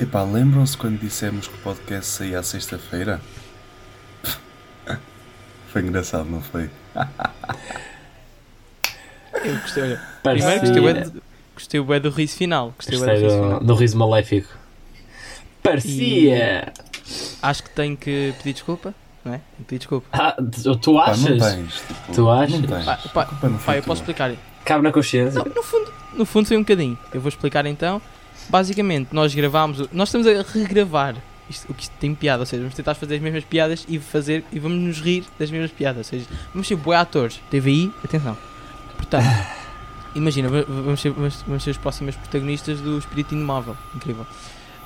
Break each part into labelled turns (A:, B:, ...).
A: Epá, lembram-se quando dissemos que o podcast saía à sexta-feira? Foi engraçado, não foi?
B: Eu gostei, olha. Primeiro
C: Parecia-
B: gostei bué do- gostei bem do riso final. Gostei bué do
C: Ah, Gostei
B: riso final.
C: do, do riso maléfico. Parecia!
B: Acho que tenho que pedir desculpa, não é? Tenho que pedir desculpa.
C: Ah, tu, tu
A: Pá, não
C: achas?
A: tens. Tipo,
C: Tu achas?
A: Não tens.
B: Pá, pá,
A: a culpa não foi
B: pá, eu posso
A: tua.
B: explicar.
C: Cabe na consciência.
B: Não, no fundo, no fundo foi um bocadinho. Eu vou explicar então. Basicamente, nós gravámos. o- Nós estamos a regravar isto, o que isto tem piada. Ou seja, vamos tentar fazer as mesmas piadas e, fazer, e vamos nos rir das mesmas piadas. Ou seja, vamos ser boi atores. TVI, atenção. Portanto, imagina, va- va- vamos ser, vamos- vamos ser os próximos protagonistas do Espírito Inamável. Incrível.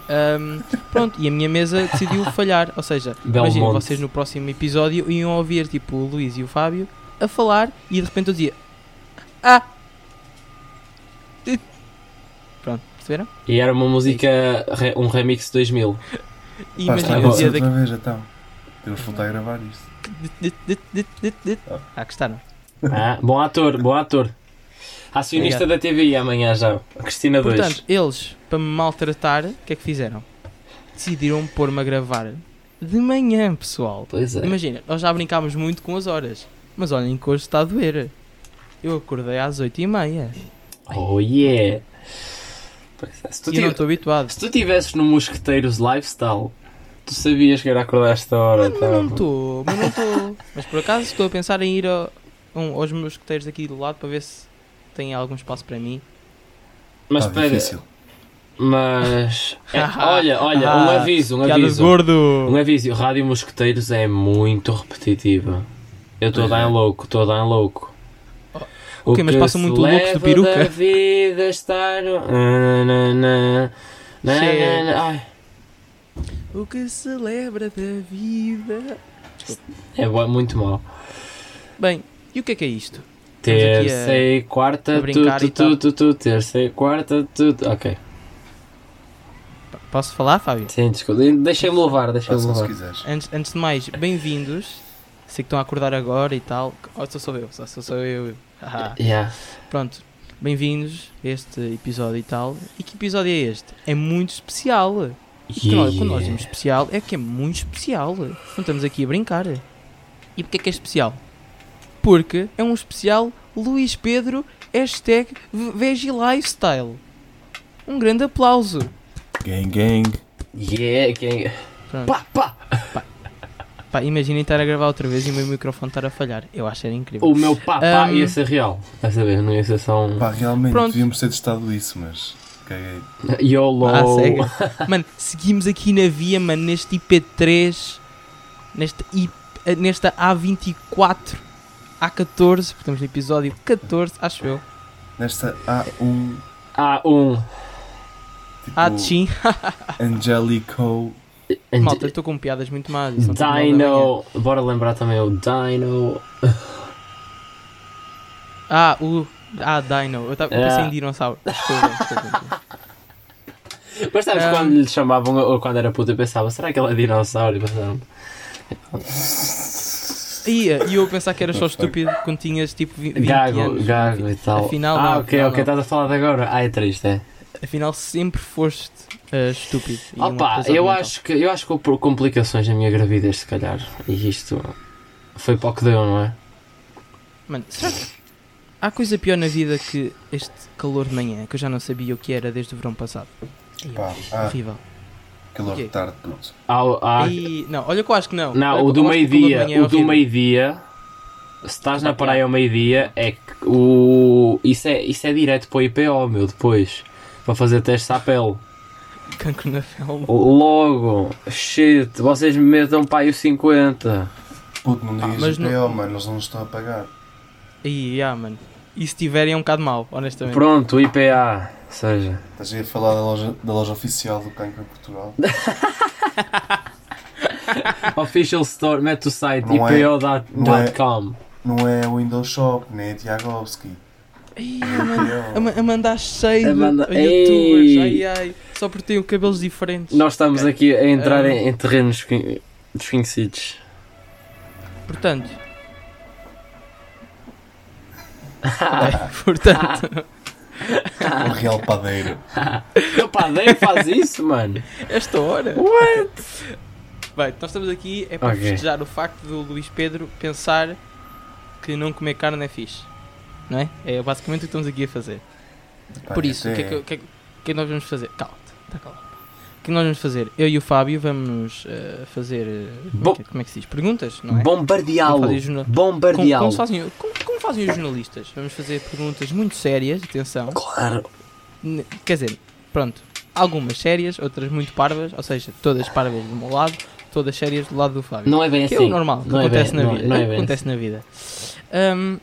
B: Ahm, pronto, e a minha mesa decidiu falhar. Ou seja,
C: Belmonte.
B: imagina, vocês no próximo episódio iam ouvir tipo o Luís e o Fábio a falar e de repente eu dizia Ah! E- Pronto, perceberam?
C: E era uma música, re- um remix 2000.
B: E
A: Pá,
B: imagina,
A: está
C: eu
A: a
B: eu
C: vou-
B: dizia
A: outra
B: daqui.
A: vez, então. Temos de voltar a gravar isto.
B: dit, dit, dit, dit, dit. Ah, gostaram.
C: Ah, bom ator, bom ator. Acionista da TVI amanhã já. A Cristina 2.
B: Portanto, eles, para me maltratar, o que é que fizeram? Decidiram pôr-me a gravar de manhã, pessoal.
C: pois é.
B: Imagina, nós já brincámos muito com as horas, mas olhem que hoje está a doer. Eu acordei às 8h30
C: Oh yeah! Pois é. Se, tu
B: e eu não
C: tive-
B: estou habituado.
C: se tu estivesses no Mosqueteiros Lifestyle, tu sabias que era acordar a esta hora.
B: Mas
C: tá?
B: não estou, mas não estou. Mas por acaso estou a pensar em ir ao- um- aos meus coteiros aqui do lado para ver se tem algum espaço para mim.
C: Mas
A: Pá,
C: espera,
A: Tá difícil.
C: mas. é, olha, olha, um
B: Ah,
C: aviso, um
B: Piadas
C: aviso. Um
B: gordo!
C: aviso, Rádio Mosqueteiros é muito repetitiva. Eu estou a
A: Pois
C: dar
A: é.
C: em louco, estou a dar em louco. O
B: ok, mas passa
C: se
B: muito o louco de
C: leva
B: peruca.
C: Da vida está no... Na, na, na, na, na,
B: Chega.
C: na. Ai,
B: O que celebra da vida.
C: é bo- muito mal.
B: Bem, e o que é que é isto? Estamos aqui a-
C: Terça e
B: a
C: quarta, tu,
B: brincar
C: tu,
B: e tal.
C: tu, tu, tu, terça e quarta, tu, tu. Ok,
B: P- Posso falar, Fábio?
C: sim, desculpa. Deixei-me levar, deixei-me
A: Façam se
C: levar.
A: quiseres.
B: Antes, antes de mais, bem-vindos. Sei que estão a acordar agora e tal. Oh, só sou eu, só só sou eu. Haha.
C: Yeah.
B: Pronto, bem-vindos a este episódio e tal. E que episódio é este? É muito especial. E claro, quando nós dizemos especial, é que é muito especial. Não estamos aqui a brincar. E porquê é que é especial? Porque é um especial Luís Pedro hashtag VegiLifestyle. Um grande aplauso.
A: Gang, gang.
C: Yeah, quem...
B: Pronto.
C: Pá, pá!
B: Pá, imaginem estar a gravar outra vez e o meu microfone estar a falhar. Eu acho que era incrível.
C: O meu pá, pá
B: Um,
C: ia ser real. Estás a ver? Não ia ser só um...
A: Pá, realmente,
B: Pronto.
A: devíamos ter testado isso, mas... Caguei.
C: YOLO.
B: Ah, cega. Mano, seguimos aqui na via, mano, neste IP3, nesta, I- eh, nesta A24, A14, porque estamos no episódio 14, acho eu.
A: Nesta A1,
C: Ah, um...
A: tipo...
B: A-Chin.
A: Angelico...
B: Malta, estou com piadas muito más. e são tipo nove da manhã.
C: Dino. Bora lembrar também o Dino.
B: Ah, o. Ah, Dino. Eu, tava, eu pensei
C: Ah.
B: em dinossauro. Desculpa, desculpa.
C: Mas sabes
B: Ah.
C: quando lhe chamavam, ou quando era puta, eu pensava, será que ele é dinossauro? E pensaram,
B: E eh, e eu a pensar que era só estúpido quando tinhas tipo vi- 20
C: gago,
B: anos.
C: gago e tal.
B: Afinal,
C: ah,
B: não,
C: ok,
B: afinal
C: ok,
B: não.
C: estás a falar de agora. Ah, é triste, é.
B: Afinal, sempre foste eh, estúpido. e uma
C: Opa,
B: pessoa
C: eu
B: mental.
C: acho que eu acho que houve por complicações na minha gravidez, se calhar. E isto foi para o que deu, não é?
B: Mano, será que há coisa pior na vida que este calor de manhã, que eu já não sabia o que era desde o verão passado.
A: Pá, ah,
B: Horrível.
A: calor
B: Ok.
A: de tarde, puto.
C: Ah, o- ah,
B: E, não, olha que eu acho que não. Olha
C: não,
B: que
C: o
B: eu
C: do
B: acho que calor de
C: meio-dia,
B: manhã é
C: o do
B: horrível.
C: meio-dia. Se estás na
B: Ah,
C: praia
B: yeah.
C: ao meio-dia, é que o. Isso é, isso é direto para o IPO, meu, depois. Para fazer testes à pele.
B: Cancro na pele.
C: Logo, shit, vocês me metam para aí o 50.
A: Puto, não digas
B: Ah, mas
A: IPO,
B: não-
A: mano, eles não nos estão a pagar.
B: E, yeah, mano. E se tiverem é um bocado mau, honestamente.
C: Pronto, o IPA, ou seja,
A: Estás aí a falar da loja, da loja oficial do Cancro em Portugal?
C: Official Store, mete o site
A: Não é-
C: IPO.com.
A: Não é a Windows Shop, nem é Tiagovski.
B: Ei,
A: IPO.
B: a, ma- a mandar cheio
C: A manda-
B: a youtubers,
C: Ei.
B: ai ai, só porque têm cabelos diferentes.
C: Nós estamos aqui a entrar
B: Um,
C: em, em terrenos que- desconhecidos.
B: Portanto. Ok, Portanto.
A: É O real padeiro.
C: O padeiro faz isso, mano.
B: Esta hora?
C: What?
B: Bem, nós estamos aqui é para
C: Ok.
B: festejar o facto do Luís Pedro pensar que não comer carne é fixe. Não é? É basicamente o que estamos aqui a fazer.
A: Pá,
B: Por isso, o que, é
A: até-
B: que, o que é que- o que é que nós vamos fazer? Cala-te, tá calado. O que é que nós vamos fazer? Eu e o Fábio vamos eh, fazer. eh,
C: Bom-
B: que- como é que se diz? Perguntas, não é? Como
C: Bombardeá-lo.
B: fazem os jornal- como,
C: Bombardeá-lo.
B: como fazem, como, como fazem os jornalistas? Vamos fazer perguntas muito sérias, atenção.
C: Claro.
B: N- Quer dizer, pronto, algumas sérias, outras muito parvas, ou seja, todas parvas do meu lado, todas sérias do lado do Fábio.
C: Não é bem
B: que
C: assim.
B: é o normal, que
C: Não é
B: acontece
C: bem-
B: na
C: não-
B: vida.
C: não é bem
B: acontece na vida. Ahm,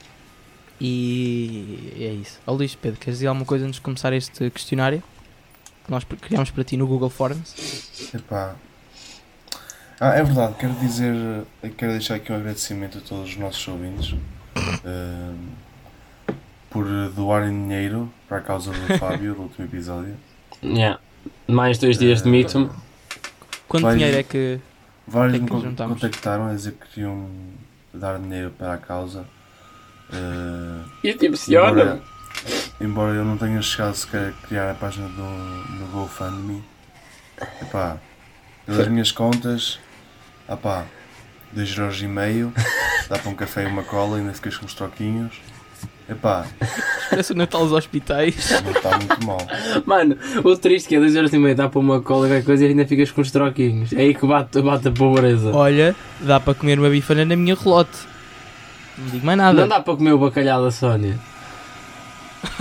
B: e é isso. Ó Luís Pedro, queres dizer alguma coisa antes de começar este questionário? Que nós pre- criámos para ti no Google Forms.
A: Epá. Ah, é verdade, quero dizer, quero deixar aqui um agradecimento a todos os nossos ouvintes ehm, por doarem dinheiro para a causa do Fábio do último episódio. Ah,
C: Yeah. Mais dois dias de mito.
B: Quanto
A: Vai-
B: dinheiro é que.
A: Vários
B: Tem
A: me
B: que
A: con-
B: juntarmos.
A: contactaram a dizer que queriam dar dinheiro para a causa. eh,
C: E tipo,
A: embora,
C: senhora.
A: embora eu não tenha chegado sequer a criar a página do, no GoFundMe. Epá, pelas minhas contas, opá, 2 euros e meio, dá para um café e uma cola, ainda ficas com uns troquinhos. Epá,
B: Parece o Natal dos Hospitais.
A: não está muito mal.
C: Mano, o triste que é 2 horas e meia dá para uma cola e qualquer coisa e ainda ficas com os troquinhos. É aí que bate, bate a pobreza.
B: Olha, dá para comer uma bifana na minha relote. Não digo mais nada.
C: Não dá para comer o bacalhau da Sónia.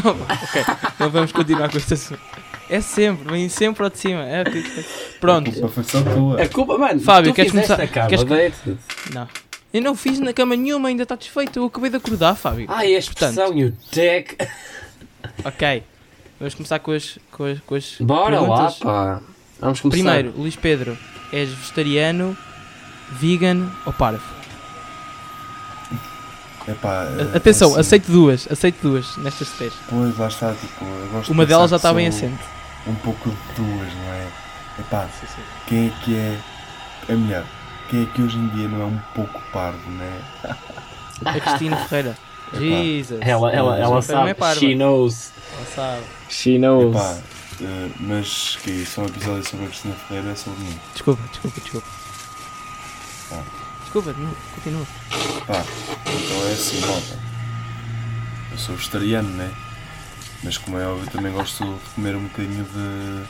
B: Ok, não Então vamos continuar com este assunto. É sempre, vem sempre ao de cima. É o que-
A: A
B: Pronto, É-
A: culpa foi só tua.
C: A culpa, mano,
B: Fábio,
C: tu
B: queres
C: fizeste
B: começar-
C: a cama,
B: queres-
C: deita-te.
B: não. Eu não fiz na cama nenhuma, ainda está desfeito. Eu acabei de acordar, Fábio.
C: Ai, a expressão e o tech.
B: Ok, vamos começar com as, com as, com as
C: Bora lá,
B: perguntas.
C: pá. Vamos começar.
B: Primeiro, Luís Pedro, és vegetariano, vegan ou parvo?
A: Epá,
B: A-
A: eh,
B: Atenção,
A: assim,
B: aceito duas, aceito duas nestas três.
A: Pois, lá está, tipo, eu gosto de
B: Uma delas já
A: pensar
B: está bem
A: que sou
B: assente.
A: Um pouco de duas, não é? Epá, quem é que é. É melhor, quem é que hoje em dia não é um pouco parvo, não é?
B: A Cristina Ferreira.
A: Epá.
B: Jesus.
C: Ela, ela, ela
B: Não
C: sabe.
B: é parva.
C: She knows.
B: Ela sabe.
C: She knows.
A: Epá, eh, mas que isso é um episódio sobre a Cristina Ferreira, é sobre mim.
B: Desculpa, desculpa, desculpa.
A: Ah.
B: Desculpa, não, continua.
A: Epá, então é assim, malta. Eu sou vegetariano, né? Mas como é óbvio, também gosto de comer um bocadinho de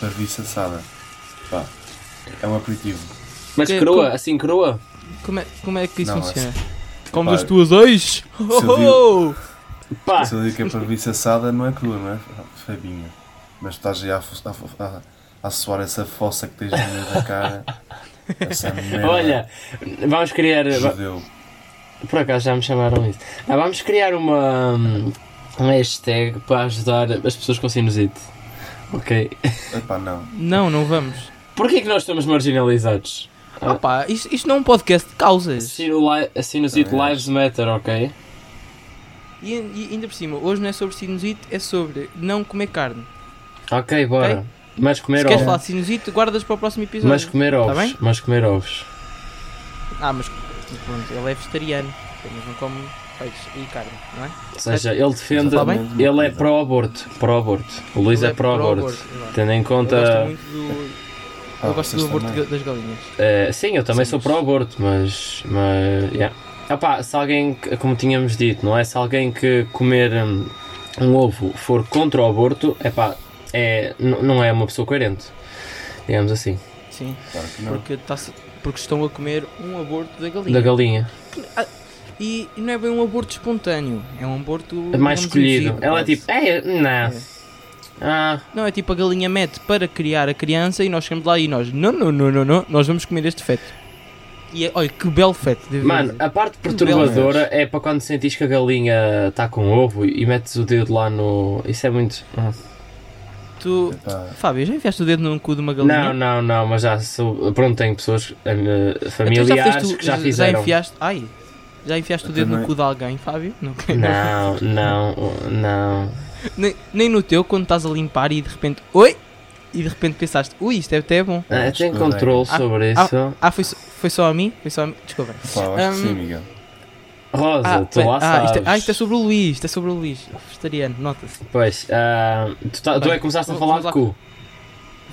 A: parviça assada. Epá, é um aperitivo.
C: Mas
B: Que-
C: crua,
B: com-
C: assim crua.
B: Como é, como é que isso
A: Não,
B: funciona? Como
A: Pá,
B: das tuas ex? Oh,
A: eu
C: Pá,
A: Se eu digo que é parviça assada, não é crua, não é? Fabinho. Mas estás aí a, fo- a, fo- a, a suar essa fossa que tens no meio da cara. Essa é merda.
C: olha, vamos criar.
A: judeu.
C: Por acaso já me chamaram isso. Ah, vamos criar uma. hum, Uma hashtag para ajudar as pessoas com sinusite. Ok.
A: Epá, não.
B: não, não vamos.
C: Porquê que nós estamos marginalizados? Assim Ah.
B: Opa, isto, isto não é um podcast de causas.
C: Sinuli- A sinusite
A: Ah, é.
C: lives matter, ok?
B: E, e ainda por cima, hoje não é sobre sinusite, é sobre não comer carne.
C: Ok, bora. Mas
B: Se
C: comer
B: queres
C: ovos.
B: falar de sinusite, guardas para o próximo episódio.
C: Mas comer
B: Tá
C: ovos.
B: bem?
C: Mas comer ovos.
B: Ah, mas pronto, ele é vegetariano, mas não come peixe e carne, não é?
C: Ou seja, ele defende.
B: Tá bem?
A: Exatamente.
C: Ele é pró-aborto. Pró-aborto. O Luís
B: Ele
C: é Então pró-aborto.
B: pró-aborto,
C: Tendo em
B: eu gosto
C: conta.
B: muito do,
A: Ah,
B: eu gosto
A: vocês
B: do aborto
A: também.
B: ga- das galinhas.
C: eh, sim, eu também
B: Sim,
C: sou
B: mas-
C: pró-aborto, mas. mas yeah. Ah pá, se alguém, que- como tínhamos dito, não é? Se alguém que comer hum, um ovo for contra o aborto, é pá, é, n- não é uma pessoa coerente. Digamos assim.
B: Sim,
A: Claro que não.
B: porque, tá-se- porque estão a comer um aborto da galinha.
C: Da galinha.
B: E, e não é bem um aborto espontâneo, é um aborto.
C: É
B: digamos,
C: mais escolhido.
B: induzido,
C: Ela é
B: quase.
C: tipo, é, não.
B: É.
C: Ah,
B: Não, é tipo a galinha mete para criar a criança e nós chegamos lá e nós, não, não, não, não, não, nós vamos comer este feto. E é, olha, que belo feto. devo
C: Mano,
B: dizer.
C: a parte
B: belo.
C: perturbadora é para quando sentis que a galinha está com ovo e e metes o dedo lá no. Isso é muito. Ah.
B: tu.
A: Epá,
B: Fábio, já enfiaste o dedo num cu de uma
C: Não,
B: galinha?
C: não, não, mas já sou. Pronto, tenho pessoas eh,
B: Então já
C: familiares
B: fizeste o-
C: que já fizeram.
B: enfiaste. Ai, já enfiaste o
A: Eu
B: dedo no
A: também.
B: cu de alguém, Fábio? Não,
C: não, não, não.
B: nem, nem no teu, quando estás a limpar e de repente. Oi! E de repente pensaste, ui, isto é até bom.
C: Ah,
A: Ah,
C: eu tenho
A: desculpa.
C: controle sobre isso.
B: Ah, foi, só- foi só a mim? Foi só a mim? Desculpa.
A: Pá, acho que
B: Hum,
A: sim, Miguel.
C: Rosa,
B: Ah,
C: tu
B: bem,
C: lá
B: ah,
C: sabes.
B: isto, é- ah, isto é sobre o Luís, isto é sobre o Luís. Vegetariano, nota-se.
C: Pois, ah, tu, tá, tu
B: Bem,
C: é que começaste a
B: vamos
C: falar
B: lá.
C: de cu.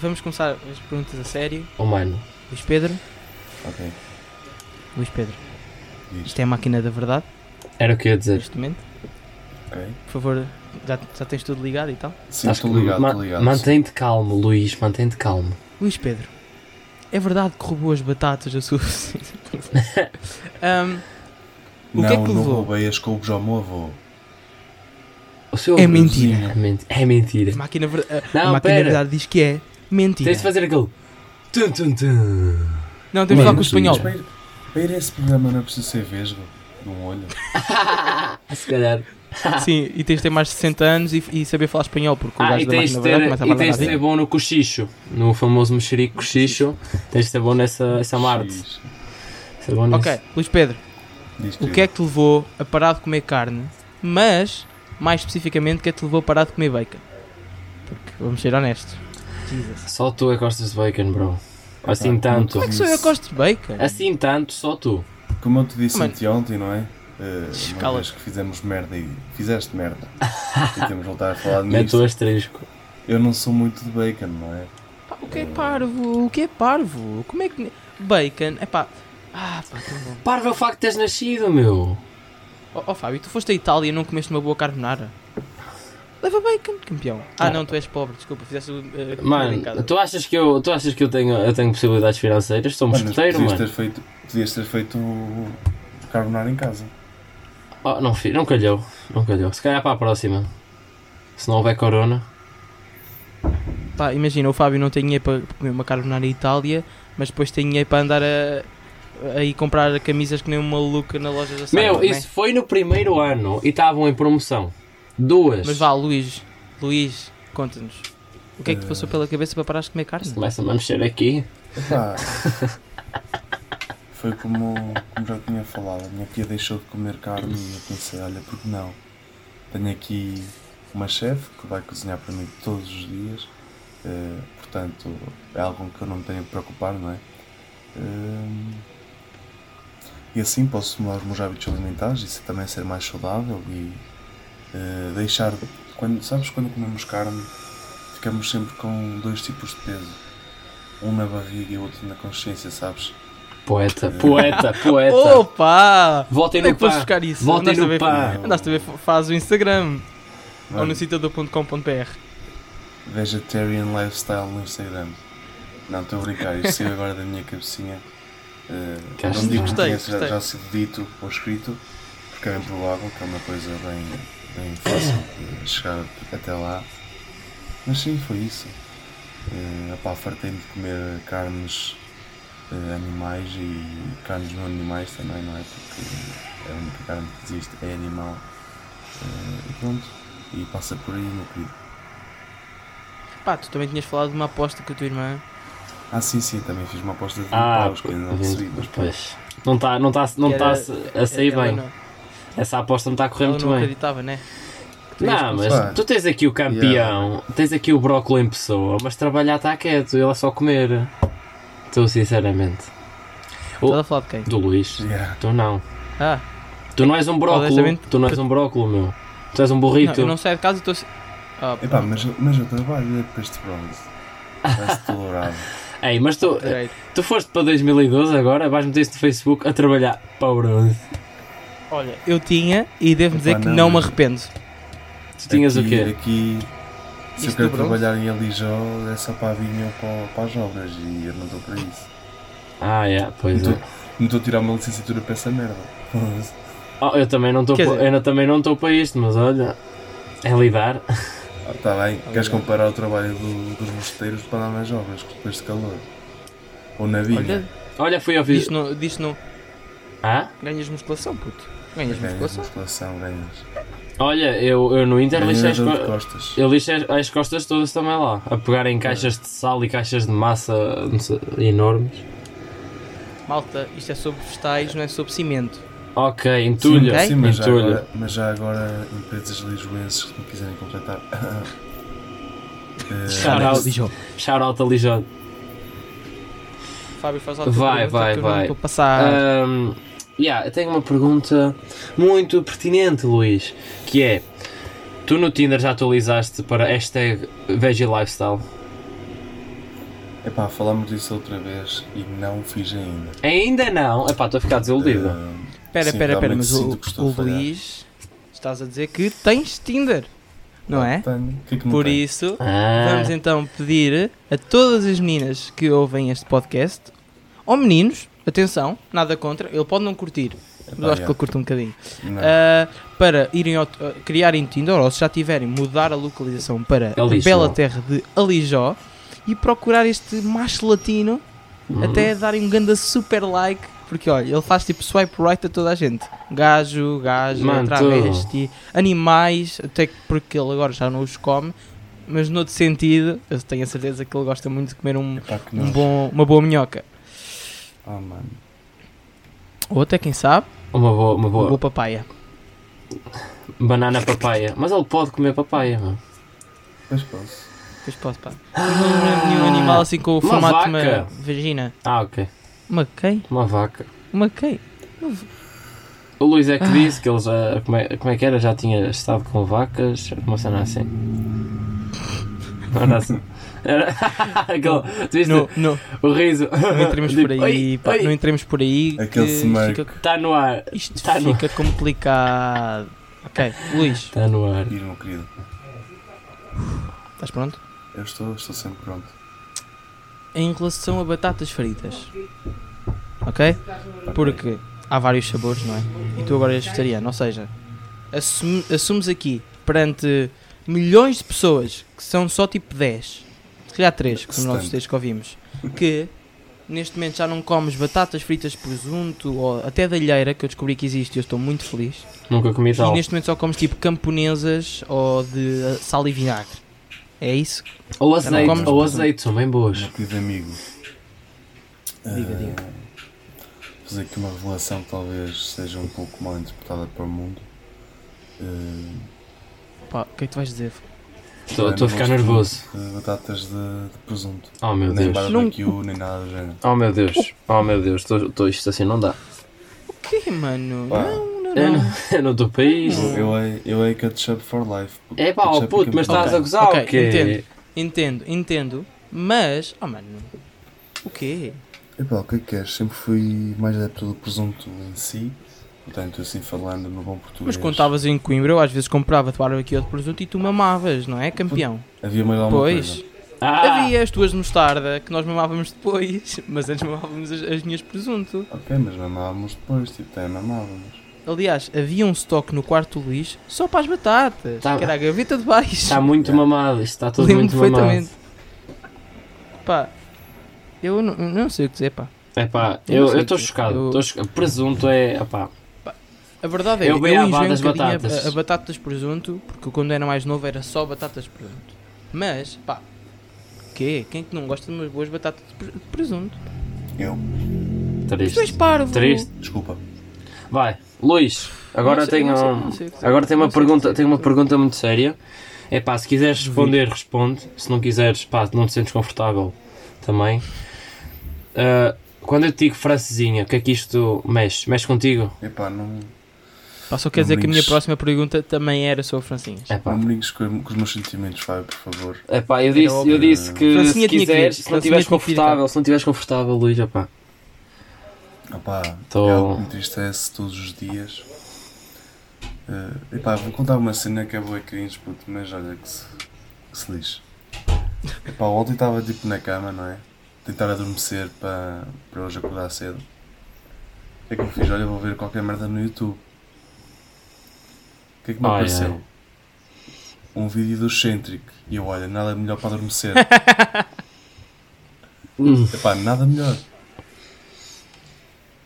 B: Vamos começar as perguntas a sério.
C: Oh, mano.
B: Luís Pedro,
A: Ok.
B: Luís Pedro,
A: Diz.
B: isto é a máquina da verdade,
C: Era o que eu ia dizer.
B: neste momento.
A: Ok.
B: Por favor, já, já tens tudo ligado e tal.
A: Sim,
C: Acho
A: estou
C: que
A: ligado,
C: ma-
A: estou ligado.
C: Mantém-te calmo, Luís, mantém-te calmo.
B: Luís Pedro, é verdade que roubou as batatas da sua vizinha? Ahm, o
A: não,
B: que é que
A: não
B: levou?
A: roubei as couves ao meu avô.
C: O seu
B: É mentira.
C: É, menti- é mentira.
B: a máquina, ver- a- a
C: Não,
B: máquina
C: pera.
B: da verdade diz que é mentira.
C: Tens de fazer aquele. Tum, tum, tum.
B: Não, temos de falar com o
C: Mas-
B: espanhol.
A: Mas Para ir, para ir a esse programa não é preciso ser vesgo de um olho.
C: Se calhar.
B: Sim, e tens de ter mais de 60 anos e, e saber falar espanhol, porque o
C: Ah,
B: gajo
C: e
B: da
C: tens
B: máquina
C: de
B: da verdade
C: ter,
B: começa a
C: e
B: falar
C: tens de
B: assim.
C: ser bom no cochicho. No famoso mexerico cochicho. Tens de ser bom
B: Ah,
C: nessa
B: é
C: essa marte.
A: Diz-
C: Ser bom nisso.
B: Ok, Luís Pedro,
A: diz
B: o que é que te levou a parar de comer carne, mas, mais especificamente, o que é que te levou a parar de comer bacon? Porque, vamos ser honestos. Jesus.
C: Só tu é que gostas de bacon, bro. Assim
A: Ah,
C: tanto.
B: Como é que sou eu que gosto de bacon?
C: Assim tanto, só tu.
A: Como eu te disse
B: Mano.
A: anteontem, não é? Eh, uma
B: Escala.
A: vez que fizemos merda e fizeste merda e temos de voltar a falar
C: Mete o
A: nisto,
C: asterisco.
A: eu não sou muito de bacon, não é?
B: Pá, o que é parvo? O que é parvo? Como é que. Bacon, é pá. Ah, pá, tão bom.
C: Parva é o facto de teres nascido, meu.
B: Oh, oh, Fábio, tu foste à Itália e não comeste uma boa carbonara? Leva bacon, campeão. Ah, não, tu és pobre, desculpa, fizeste uh, comida em
C: Mano,
B: casa.
C: tu achas que eu, tu achas que eu tenho, eu tenho possibilidades financeiras?
B: Um
C: Sou um
A: Mano,
C: mosqueteiro,
A: podias,
C: mano.
A: Ter feito, podias ter feito carbonara em casa.
C: Oh, não, fi- não calhou. Não calhou. Se calhar é para a próxima. Se não houver corona.
B: Pá, imagina, o Fábio não tem dinheiro para comer uma carbonara na Itália, mas depois tem dinheiro para andar a, a ir comprar camisas que nem uma maluca na loja da Sara,
C: Meu, isso foi no primeiro ano e estavam em promoção. Duas.
B: né? Mas vá, Luís, Luís, conta-nos. O que é que te
A: Eh,
B: passou pela cabeça para parares de comer carne?
C: Começa-me a mexer aqui.
A: Epá, foi como, como já tinha falado, a minha tia deixou de comer carne e eu pensei, olha, por que não? Tenho aqui uma chefe que vai cozinhar para mim todos os dias, eh, portanto é algo que eu não me tenho que preocupar, não é? Hum, e assim posso mudar os meus hábitos alimentares e se- também é ser mais saudável e eh, deixar. Quando, sabes quando comemos carne ficamos sempre com dois tipos de peso. Um na barriga e outro na consciência, sabes?
C: Poeta, poeta, poeta.
B: Opa!
C: Voltem
B: Onde Oh! é
C: no
B: que foste
C: pá.
B: buscar isso?
C: Voltem
B: Andaste a
C: no
B: ver-
C: pá. Ah.
B: Andaste a ver, faz o Instagram ou
A: Mano,
B: no citador.com.br.
A: Vegetarian lifestyle no Instagram. Não, estou a brincar, isto saiu agora da minha cabecinha. Eh,
C: Que acho
A: não digo que
B: gostei,
A: tenha já,
B: gostei.
A: já sido dito ou escrito, porque é bem provável que é uma coisa bem, bem fácil de chegar até lá. Mas sim, foi isso. Eh, opá, fartei-me de comer carnes eh, animais e carnes não animais também, não é? Porque é a única carne que existe é animal. Eh, e pronto, e passa por aí, meu querido.
B: Pá, tu também tinhas falado de uma aposta com a tua irmã.
A: Ah, sim, sim, também fiz uma aposta de
C: Ah,
A: pagos que ainda não recebi, mas pronto.
C: pois. Não está não tá, não
B: Que
C: tá
B: era-
C: a sair
B: Ela
C: bem.
B: não-
C: Essa aposta não está a correr
B: Ela
C: muito
B: não
C: bem.
B: acreditava, né? Que tu ias
C: Não,
B: conseguir.
A: começar.
C: mas tu tens aqui o campeão, tens aqui o brócolis em pessoa, mas trabalhar está quieto, ele é só comer. Tu, sinceramente.
B: Estás a falar de quem?
C: Do Luís,
A: Yeah.
C: tu não.
B: Ah,
C: Tu não és um brócolo,
B: Honestamente,
C: tu não és um brócolo, meu. Tu és um
B: não,
C: burrito.
B: eu não saio de casa e estou assim. Ah, pá,
A: Epá, mas, eu- mas eu trabalho é para este bronze. Parece tolerado.
C: Ei, mas tu,
B: direito.
C: tu foste para 2012 agora, vais meter isso no Facebook a trabalhar para o bronze.
B: Olha, eu tinha e devo
A: Epá,
B: dizer que
A: não,
B: não me
A: mas-
B: arrependo.
C: Tu tinhas
A: aqui,
C: o quê?
A: Aqui, se
B: Isto
A: eu quero
B: do bronze?
A: trabalhar em Alijó, é só para a vinha ou para, para as obras e eu não estou para isso.
C: Ah, é, pois
A: Então-
C: é.
A: Não estou a tirar uma licenciatura para essa merda.
C: Oh, eu também não estou
B: Quer
C: pa-
B: dizer-
C: eu também não estou para isto, mas olha, é lidar.
A: Está Ah, tá bem, queres comparar o trabalho do- dos mosteiros para dar nas obras com este calor? Ou na vinha?
B: Olha,
C: Olha, fui ao
B: diz
C: vídeo.
B: não, diz não.
C: Ah?
B: Ganhas musculação, puto. Ganhas
A: ganhas
B: musculação.
A: musculação, ganhas.
C: Olha, eu, eu no Inter
A: Ganhas
C: lixei as,
B: é
A: dor de
C: co-
A: costas.
C: eu lixei as- as costas todas também lá, a pegar em caixas de sal e caixas de massa não sei, enormes.
B: Malta, isto é sobre vegetais, não é sobre cimento.
C: Ok, entulho,
B: Ok.
A: Sim, mas, já
C: entulho.
A: agora, mas já agora, empresas lisboenses que me quiserem contratar. eh,
C: Shout out.
B: Dijó.
C: Shout out a Lijó.
B: Fábio, faz lá a tua
C: Vai,
B: pergunta
C: vai,
B: que eu não
C: vai.
B: Estou a passar.
C: Ahm, Yeah, eu tenho uma pergunta muito pertinente, Luís, que é Tu no Tinder já atualizaste para hashtag Veggie Lifestyle?
A: Epá, falámos disso outra vez e não fiz ainda.
C: Ainda não? Epá, estou a ficar desiludido.
A: Ah,
B: Espera,
A: Sim,
B: espera, espera,
A: realmente
B: mas o,
A: sinto que estou
B: o
A: a falhar.
B: Luís estás a dizer que tens Tinder, não é?
A: tenho. O que é que não
B: Por
A: tenho?
B: isso,
C: Ah,
B: vamos então pedir a todas as meninas que ouvem este podcast, ou meninos, atenção, nada contra, ele pode não curtir, mas eu acho que
A: yeah.
B: ele curte um bocadinho.
A: Não.
B: Ah, para irem ao- ah, criarem Tinder, ou se já tiverem, mudar a localização para a
C: Alijó.
B: bela terra de Alijó e procurar este macho latino
C: Uhum.
B: até darem um ganda super like. Porque olha, ele faz tipo swipe right a toda a gente: gajo, gajo,
C: Mano,
B: travesti, animais. Até que porque ele agora já não os come, mas noutro sentido, eu tenho a certeza que ele gosta muito de comer um,
A: Epá, que
B: um
A: nojo.
B: bom, uma boa minhoca.
A: Ah, mano.
B: Ou até, quem sabe,
C: uma boa, uma
B: uma boa
C: boa.
B: papaya.
C: Banana papaya. Mas ele pode comer papaya, mano.
A: Mas posso.
B: Depois posso, pá. Mas não me lembro de nenhum animal assim com o
C: Ah, Uma
B: formato de uma
C: vaca.
B: vagina.
C: Ah, ok.
B: Uma quem?
C: Uma vaca.
B: Uma quem?
C: O Luís
B: Ah.
C: é que disse que ele já. Como é, como é que era? Já tinha estado com vacas? Uma cena assim. Não era assim. Era. Aquele. Tu viste
B: Não, não,
C: o riso. Tipo,
B: não entremos por aí, pá, não entremos por aí.
A: Aquele smirk.
B: fica,
C: Está no ar.
B: Isto
C: Tá no-
B: fica complicado. Ok, Luís,
C: Está Tá no ar.
A: Ir, meu querido.
B: estás pronto?
A: Eu estou, estou sempre pronto.
B: Em relação a batatas fritas, ok? Porque há vários sabores, não é? E tu agora és vegetariano, ou seja, assum- assumes aqui perante milhões de pessoas que são só tipo 10, se calhar 3, como nós os
A: Setenta.
B: três que ouvimos, que neste momento já não comes batatas fritas, presunto ou até da alheira, que eu descobri que existe e eu estou muito feliz.
C: Nunca comi
B: E
C: tal.
B: neste momento só comes tipo camponesas ou de ah, sal e vinagre. É isso?
C: Ou
B: Já não
C: azeite.
B: comes
C: Ou
B: presunto.
C: azeite, são bem boas.
A: Meu querido amigo. ah,
B: Diga, diga.
A: vou Eh, Fazer aqui uma revelação que talvez seja um pouco mal interpretada para o mundo. Ah,
B: Pá, o que é que tu vais dizer?
C: Estou
A: eu
C: estou
A: não
C: a ficar
A: gosto
C: nervoso.
A: de batatas de, de presunto.
C: Oh meu
A: nem
C: Deus.
A: barbecue, nem nada do género.
C: Oh meu Deus. Oh meu Deus. Estou- estou- Isto assim não dá.
B: O quê, mano?
A: Pá.
B: Não, não,
C: Eu
B: não.
C: É, não- eu não estou para isto.
A: Eu, eu, é- eu é ketchup for life.
C: É pá,
A: Ketchup
C: oh puto, mas
A: campeão.
C: estás a gozar
B: ok,
C: o quê?
B: entendo. Entendo, entendo. Mas, oh mano, o quê?
A: Epá, o que é que queres? Sempre fui mais adepto do presunto em si, portanto, assim falando no bom português.
B: Mas quando estavas em Coimbra, eu às vezes comprava-te barbecue de presunto e tu mamavas, não é, campeão?
A: Havia mais alguma
B: Pois.
A: coisa?
C: Ah,
B: Havia as tuas de mostarda, que nós mamávamos depois, mas antes mamávamos as, as minhas de presunto.
A: Ok, mas mamávamos depois, tipo, até mamávamos.
B: Aliás, havia um estoque no quarto do Luís só para as batatas,
C: Tá-
B: que era a gaveta de baixo.
C: está tá muito mamado, isto está tudo
B: Lembro-me
C: muito mamado.
B: perfeitamente. Pá, eu não, eu não sei o que dizer, pá.
C: É pá,
B: Eu não
C: eu
B: sei
C: estou
B: o quê.
C: chocado.
B: Eu-
C: estou chocado. Presunto é. Epá,
B: A verdade é,
C: Eu
B: eu,
C: bem à
B: enjoei
C: bala
B: um
C: das
B: bocadinho
C: batatas.
B: A, a batatas de presunto, porque eu quando era mais novo era só batatas de presunto. Mas, pá, quê? Quem é que não gosta de umas boas batatas de pre- de presunto?
A: Eu,
B: Tu és
C: triste.
B: parvo.
C: Triste.
A: desculpa.
C: Vai, Luís, agora
B: Não sei-
C: tenho. um-
B: não sei- não sei o que dizer.
C: agora tenho
B: Não sei é.
C: uma
B: o que
C: pergunta,
B: dizer.
C: tenho uma pergunta muito séria. É pá, se quiseres responder, responde. Se não quiseres, pá, não te sentes confortável também. Ah, quando eu te digo francesinha, o que é que isto mexe? Mexe contigo?
A: Epá, não,
B: Pá, só quer dizer que a minha
A: Números.
B: próxima pergunta também era sobre francinhas.
C: É
A: não
C: pá.
A: me ligues com, com os meus sentimentos, Fábio, por favor.
C: É pá, eu disse, eu
A: óbvio.
C: disse
B: é?
C: que se
B: Francinha tinha que vir,
C: quiseres, se não
B: Francinha
C: estiveres
B: tinha que vir,
C: confortável, se não estiveres confortável, Luís, é pá.
A: Epá,
C: Tô-
A: é algo que me entristece todos os dias. Eh, epá, vou contar uma cena que é boa e cringe, puto, mas olha que se, que se lixe. Epá, ontem estava tipo na cama, não é? Tentar adormecer para, para hoje acordar cedo. O que é que eu fiz? Olha, vou ver qualquer merda no YouTube. O que é que me
C: Ai,
A: apareceu?
C: ai.
A: Um vídeo do Centric. E eu, olha, nada melhor para adormecer.
C: Hum.
A: Epá, nada melhor.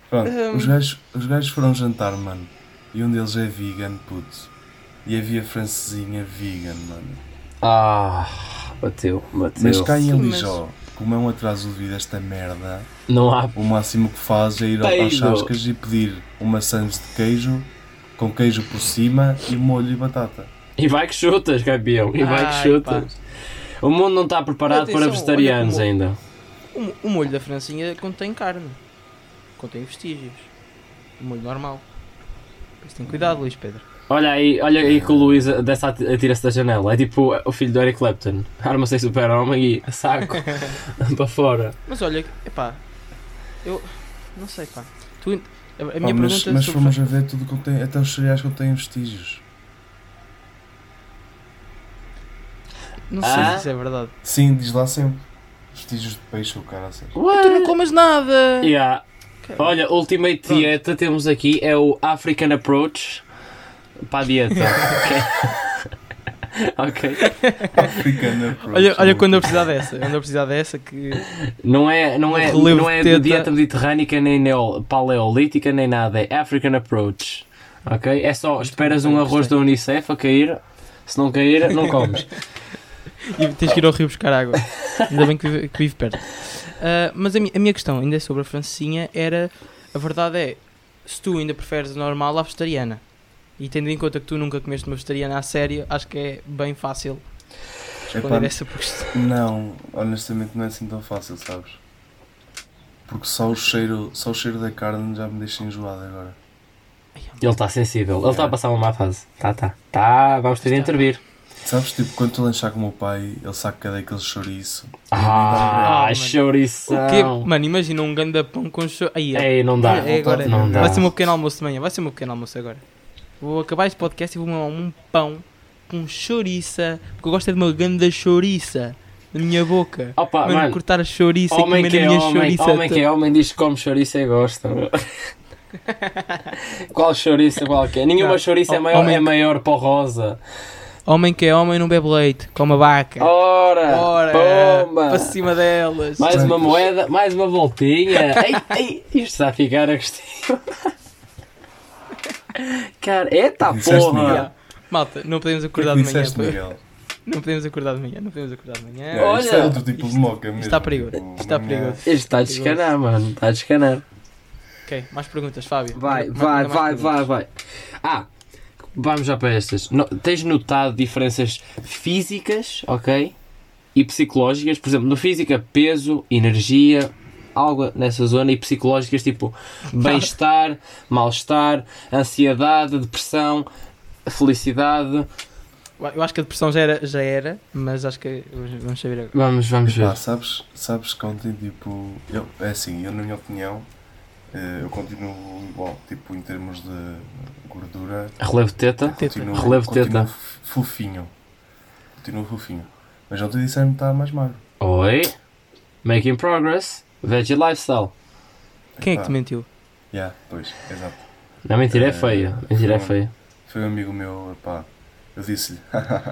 A: Pronto,
B: Hum.
A: os, gajos, os gajos foram jantar, mano. E um deles é vegan, puto. E havia francesinha vegan, mano.
C: Ah, bateu, bateu.
A: Mas cá em
B: Sim, mas-
A: Alijó, como é um atraso de vida esta merda,
C: Não há.
A: o máximo que faz é ir ao-
C: Peido.
A: às chascas e pedir uma sandes de queijo, com queijo por cima e molho e batata.
C: E vai que chutas, campeão. E vai que
B: Ai,
C: chutas. O mundo não está preparado
B: Atenção,
C: para vegetarianos
B: olha
C: ainda.
B: O, mo- o molho da francinha contém carne. Contém vestígios. molho normal. Por isso tem cuidado, Luís Pedro.
C: Olha aí, olha aí que o Luís dessa atira-se da janela. É tipo o filho do Eric Clapton. Arma-se em super-homem e saco para fora.
B: Mas olha, epá, eu não sei, pá. Tu, a, a
A: Pá,
B: minha
A: Ah, mas
B: pergunta é
A: mas
B: sobre-
A: fomos a ver tudo que tem, até os cereais que têm vestígios.
B: Não sei
C: Ah?
B: se isso é verdade.
A: Sim, diz lá sempre. Vestígios de peixe ou cara assim.
B: Tu não comes nada!
C: Yeah.
B: Caralho.
C: Olha, Ultimate
B: Pronto.
C: Dieta temos aqui é o African Approach para a dieta. ok. Ok.
A: Africana approach.
B: Olha, olha quando eu precisar dessa, quando eu precisar dessa que
C: Não é, não é,
B: Relevo
C: não é
B: de
C: de
B: teta.
C: dieta mediterrânica, nem neo- paleolítica, nem nada. É African Approach. Ok? É só esperas
B: bem,
C: um arroz
B: gostei.
C: da Unicef a cair. Se não cair, não comes.
B: e tens que ir ao rio buscar água. Ainda bem que vive, que vive perto. Ah, mas a, mi- a minha questão ainda é sobre a francinha era a verdade é se tu ainda preferes a normal à vegetariana e tendo em conta que tu nunca comeste uma vegetariana a sério, acho que é bem fácil responder
A: Epá,
B: essa questão.
A: Não, honestamente não é assim tão fácil, sabes? Porque só o cheiro, só o cheiro da carne já me deixa enjoado agora.
C: Ele está sensível. Ele está
A: Yeah.
C: a passar uma má fase. Tá, tá. Tá, vamos ter de
B: Está.
C: intervir.
A: Sabes, tipo, quando estou a lanchar com o meu pai, ele saca daquele chouriço.
C: Ah,
B: mano.
C: chourição.
B: O quê? Mano, imagina um ganda pão com cho... Aí, ó.
C: Ei, não dá.
B: É, é agora.
C: Não dá.
B: Vai ser o meu pequeno almoço de manhã. Vai ser o meu pequeno almoço agora. Vou acabar este podcast e vou mamar um pão com chouriça. Porque eu gosto é de uma grande chouriça na minha boca.
C: Opa,
B: Mano,
C: Ah, mano.
B: cortar a chouriça e
C: Homem
B: comer
C: que,
B: a
C: é
B: minha
C: homem,
B: chouriça.
C: homem que é homem diz que come chouriça e gosta. meu. qual chouriça, qual que é? Nenhuma
B: Não,
C: chouriça é
B: ho-
C: maior,
B: homem
C: é
B: que-
C: maior para o rosa.
B: Homem que é homem não bebe leite. Come a vaca.
C: Ora,
B: Ora,
C: pomba.
B: para cima delas.
C: Mais uma
A: Santos.
C: moeda, mais uma voltinha. ei, ei, isto está a ficar a gostinho. Cara, eita
A: Disseste,
C: porra!
A: Miguel.
B: Malta, não podemos acordar
A: Cuidado,
B: de
A: que
B: manhã.
A: disseste,
B: pá.
A: Miguel?
B: Não podemos acordar de manhã. Não podemos acordar de manhã.
A: Não, isto é
C: olha,
A: outro tipo de
B: isto-
A: moca mesmo. tipo,
B: está perigoso, isto está
A: amanhã-
B: perigoso.
C: Isto está a descanar, mano. Está a descanar.
B: Ok, mais perguntas, Fábio.
C: Vai,
B: Manda- manda
C: vai,
B: é mais
C: vai, vai,
B: perguntas.
C: vai. Ah, vamos já para estas. No- tens notado diferenças físicas, ok? E psicológicas, por exemplo, no física, peso, energia, algo nessa zona, e psicológicas, tipo bem-estar, mal-estar, ansiedade, depressão, felicidade.
B: Eu acho que a depressão já era, já era mas acho que vamos saber agora.
C: Vamos, vamos
A: Pá,
C: ver.
A: sabes, sabes que ontem, tipo, eu, é assim, eu na minha opinião, eh, eu continuo igual, tipo, em termos de gordura,
C: Relevo de teta.
B: Teta.
A: continuo,
C: Relevo de
A: continuo
C: teta.
A: f- fofinho, continuo fofinho, mas ontem disseram-me que estava mais magro.
C: Oi. Making progress. Veggie lifestyle.
B: Quem é que
A: Epá,
B: te mentiu?
A: Yeah, pois, exato.
C: Não, mentira, é
A: Eh,
C: feia. Mentira, é
A: não.
C: feia.
A: Foi um amigo meu, pá, eu disse-lhe,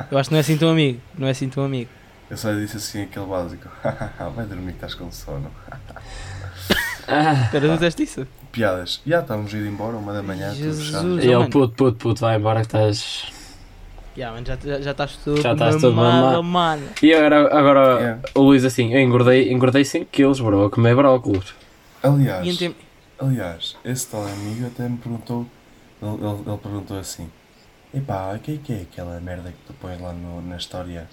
B: Eu acho que não é assim tão amigo. Não é assim tão amigo.
A: eu só lhe disse assim aquele básico, vai dormir que estás com sono.
C: Ah.
B: Espera, tu disseste isso?
A: Piadas, já estávamos a ir embora, uma da manhã, tudo
B: Jesus.
A: fechado.
C: E ele,
B: mano.
C: puto, puto, puto, vai embora que estás.
B: Ya, mano, já, já, já estás todo
C: Já estás todo
B: mamado,
C: mamado.
B: mano.
C: E agora, agora
A: Yeah.
C: o Luís assim, eu engordei, engordei 5kg, bro, a comer brócolos.
A: Aliás...
B: E em tem-
A: Aliás, esse tal amigo até me perguntou, ele, ele- ele perguntou assim, epá, o que é que é aquela merda que tu pões lá no- na história?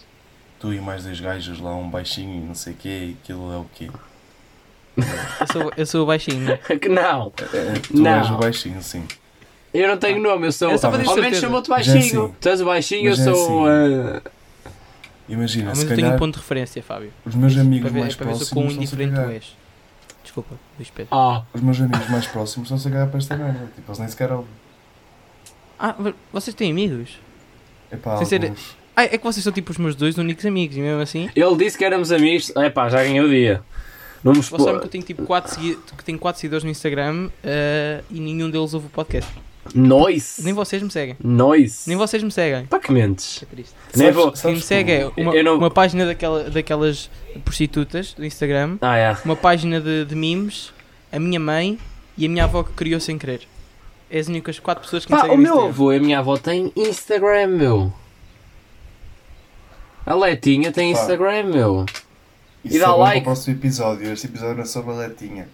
A: Tu e mais dois gajos lá, um baixinho e não sei o quê, e aquilo é o quê?
B: eu, sou, eu sou o baixinho. né?
C: Que não,
A: É, tu
C: Não.
A: és o baixinho, sim.
C: eu não tenho nome, eu sou...
B: É só para ter
C: ao menos
B: certeza.
C: chamou-te
A: Mas é
C: baixinho.
A: assim.
C: Tu és o baixinho,
A: Mas
C: eu
A: é
C: sou... eh,
A: Imagina,
B: Mas
A: se
B: eu tenho
A: calhar
B: um ponto de referência, Fábio.
A: os meus amigos
B: para ver,
A: mais
B: para ver se
A: próximos
B: o quão
A: estão-se a
B: indiferente é. tu
A: cagar.
B: és. Desculpa, Luís Pedro.
C: Ah,
A: Os meus amigos mais próximos estão-se a cagar para esta merda. Tipo, eles nem sequer ouvem.
B: Ah, mas vocês têm amigos?
A: Epá,
B: Sem ser-
A: alguns...
B: Ah, é que vocês são tipo os meus dois únicos amigos e mesmo assim.
C: ele disse que éramos amigos, epá, já ganhei o dia. Não me
B: Vocês sabem que
C: expo...
B: eu tenho tipo 4 que tenho quatro seguidores no Instagram eh, e nenhum deles ouve o podcast.
C: Nós,
B: Nem vocês me seguem.
C: nós,
B: Nem vocês me seguem.
C: pá que mentes.
B: É triste.
C: Nem
A: Sabes-
C: vou...
A: sabes
B: Quem me segue é
A: como-
B: uma,
C: Eu não-
B: uma página daquela, daquelas prostitutas do Instagram,
C: Ah, é.
B: uma página de, de memes, a minha mãe e a minha avó que criou sem querer. É as únicas quatro pessoas que me
C: Pá,
B: seguem
C: o
B: no
C: meu
B: Instagram.
C: avô e a minha avó têm Instagram, meu. A Letinha tem
A: Pá.
C: Instagram, meu.
A: Isso
C: E dá
A: é bom
C: like.
A: para o próximo episódio. Este episódio é sobre a Letinha.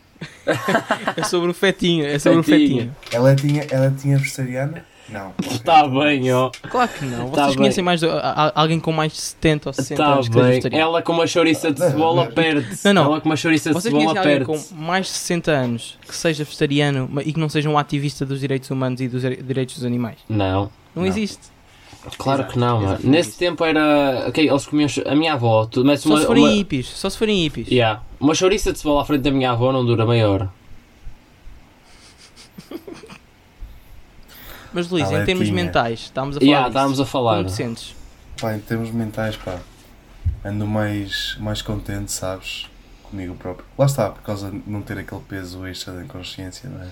B: É sobre o fetinho, é sobre o
C: Fetinho.
B: fetinho.
A: A É Letinha, a Letinha vegetariana? Não.
C: Está Tá bem, ó.
B: Claro que não.
C: Tá
B: Vocês
C: bem.
B: conhecem mais do- a- a- alguém com mais de 70 ou 60
C: Está
B: anos que seja
C: Tá bem.
B: vegetariano?
C: Ela com uma chouriça de cebola perde.
B: Não, não.
C: Ela com uma chouriça de
B: Vocês
C: cebola
B: conhecem alguém
C: perde.
B: com mais de 60 anos que seja vegetariano ma- e que não seja um ativista dos direitos humanos e dos dire- direitos dos animais?
C: Não.
B: Não,
A: Não.
B: existe.
C: Claro que não, mano.
A: exato,
C: Nesse
A: isso.
C: tempo era. Ok, eles comiam. cho- A minha avó. Tu metes
B: Só
C: uma.
B: se forem
C: uma...
B: hippies. Só se forem hippies.
C: Yeah. Uma chouriça de cebola à frente da minha avó não dura meia hora.
B: Mas Luís, em termos
A: Alertinha.
B: mentais, estamos a falar
C: Yeah,
B: disso.
C: estávamos a falar.
B: Como te sentes?
A: Pá, em termos mentais, pá, ando mais, mais contente, sabes? Comigo próprio. Lá está, por causa de não ter aquele peso extra da inconsciência, não é?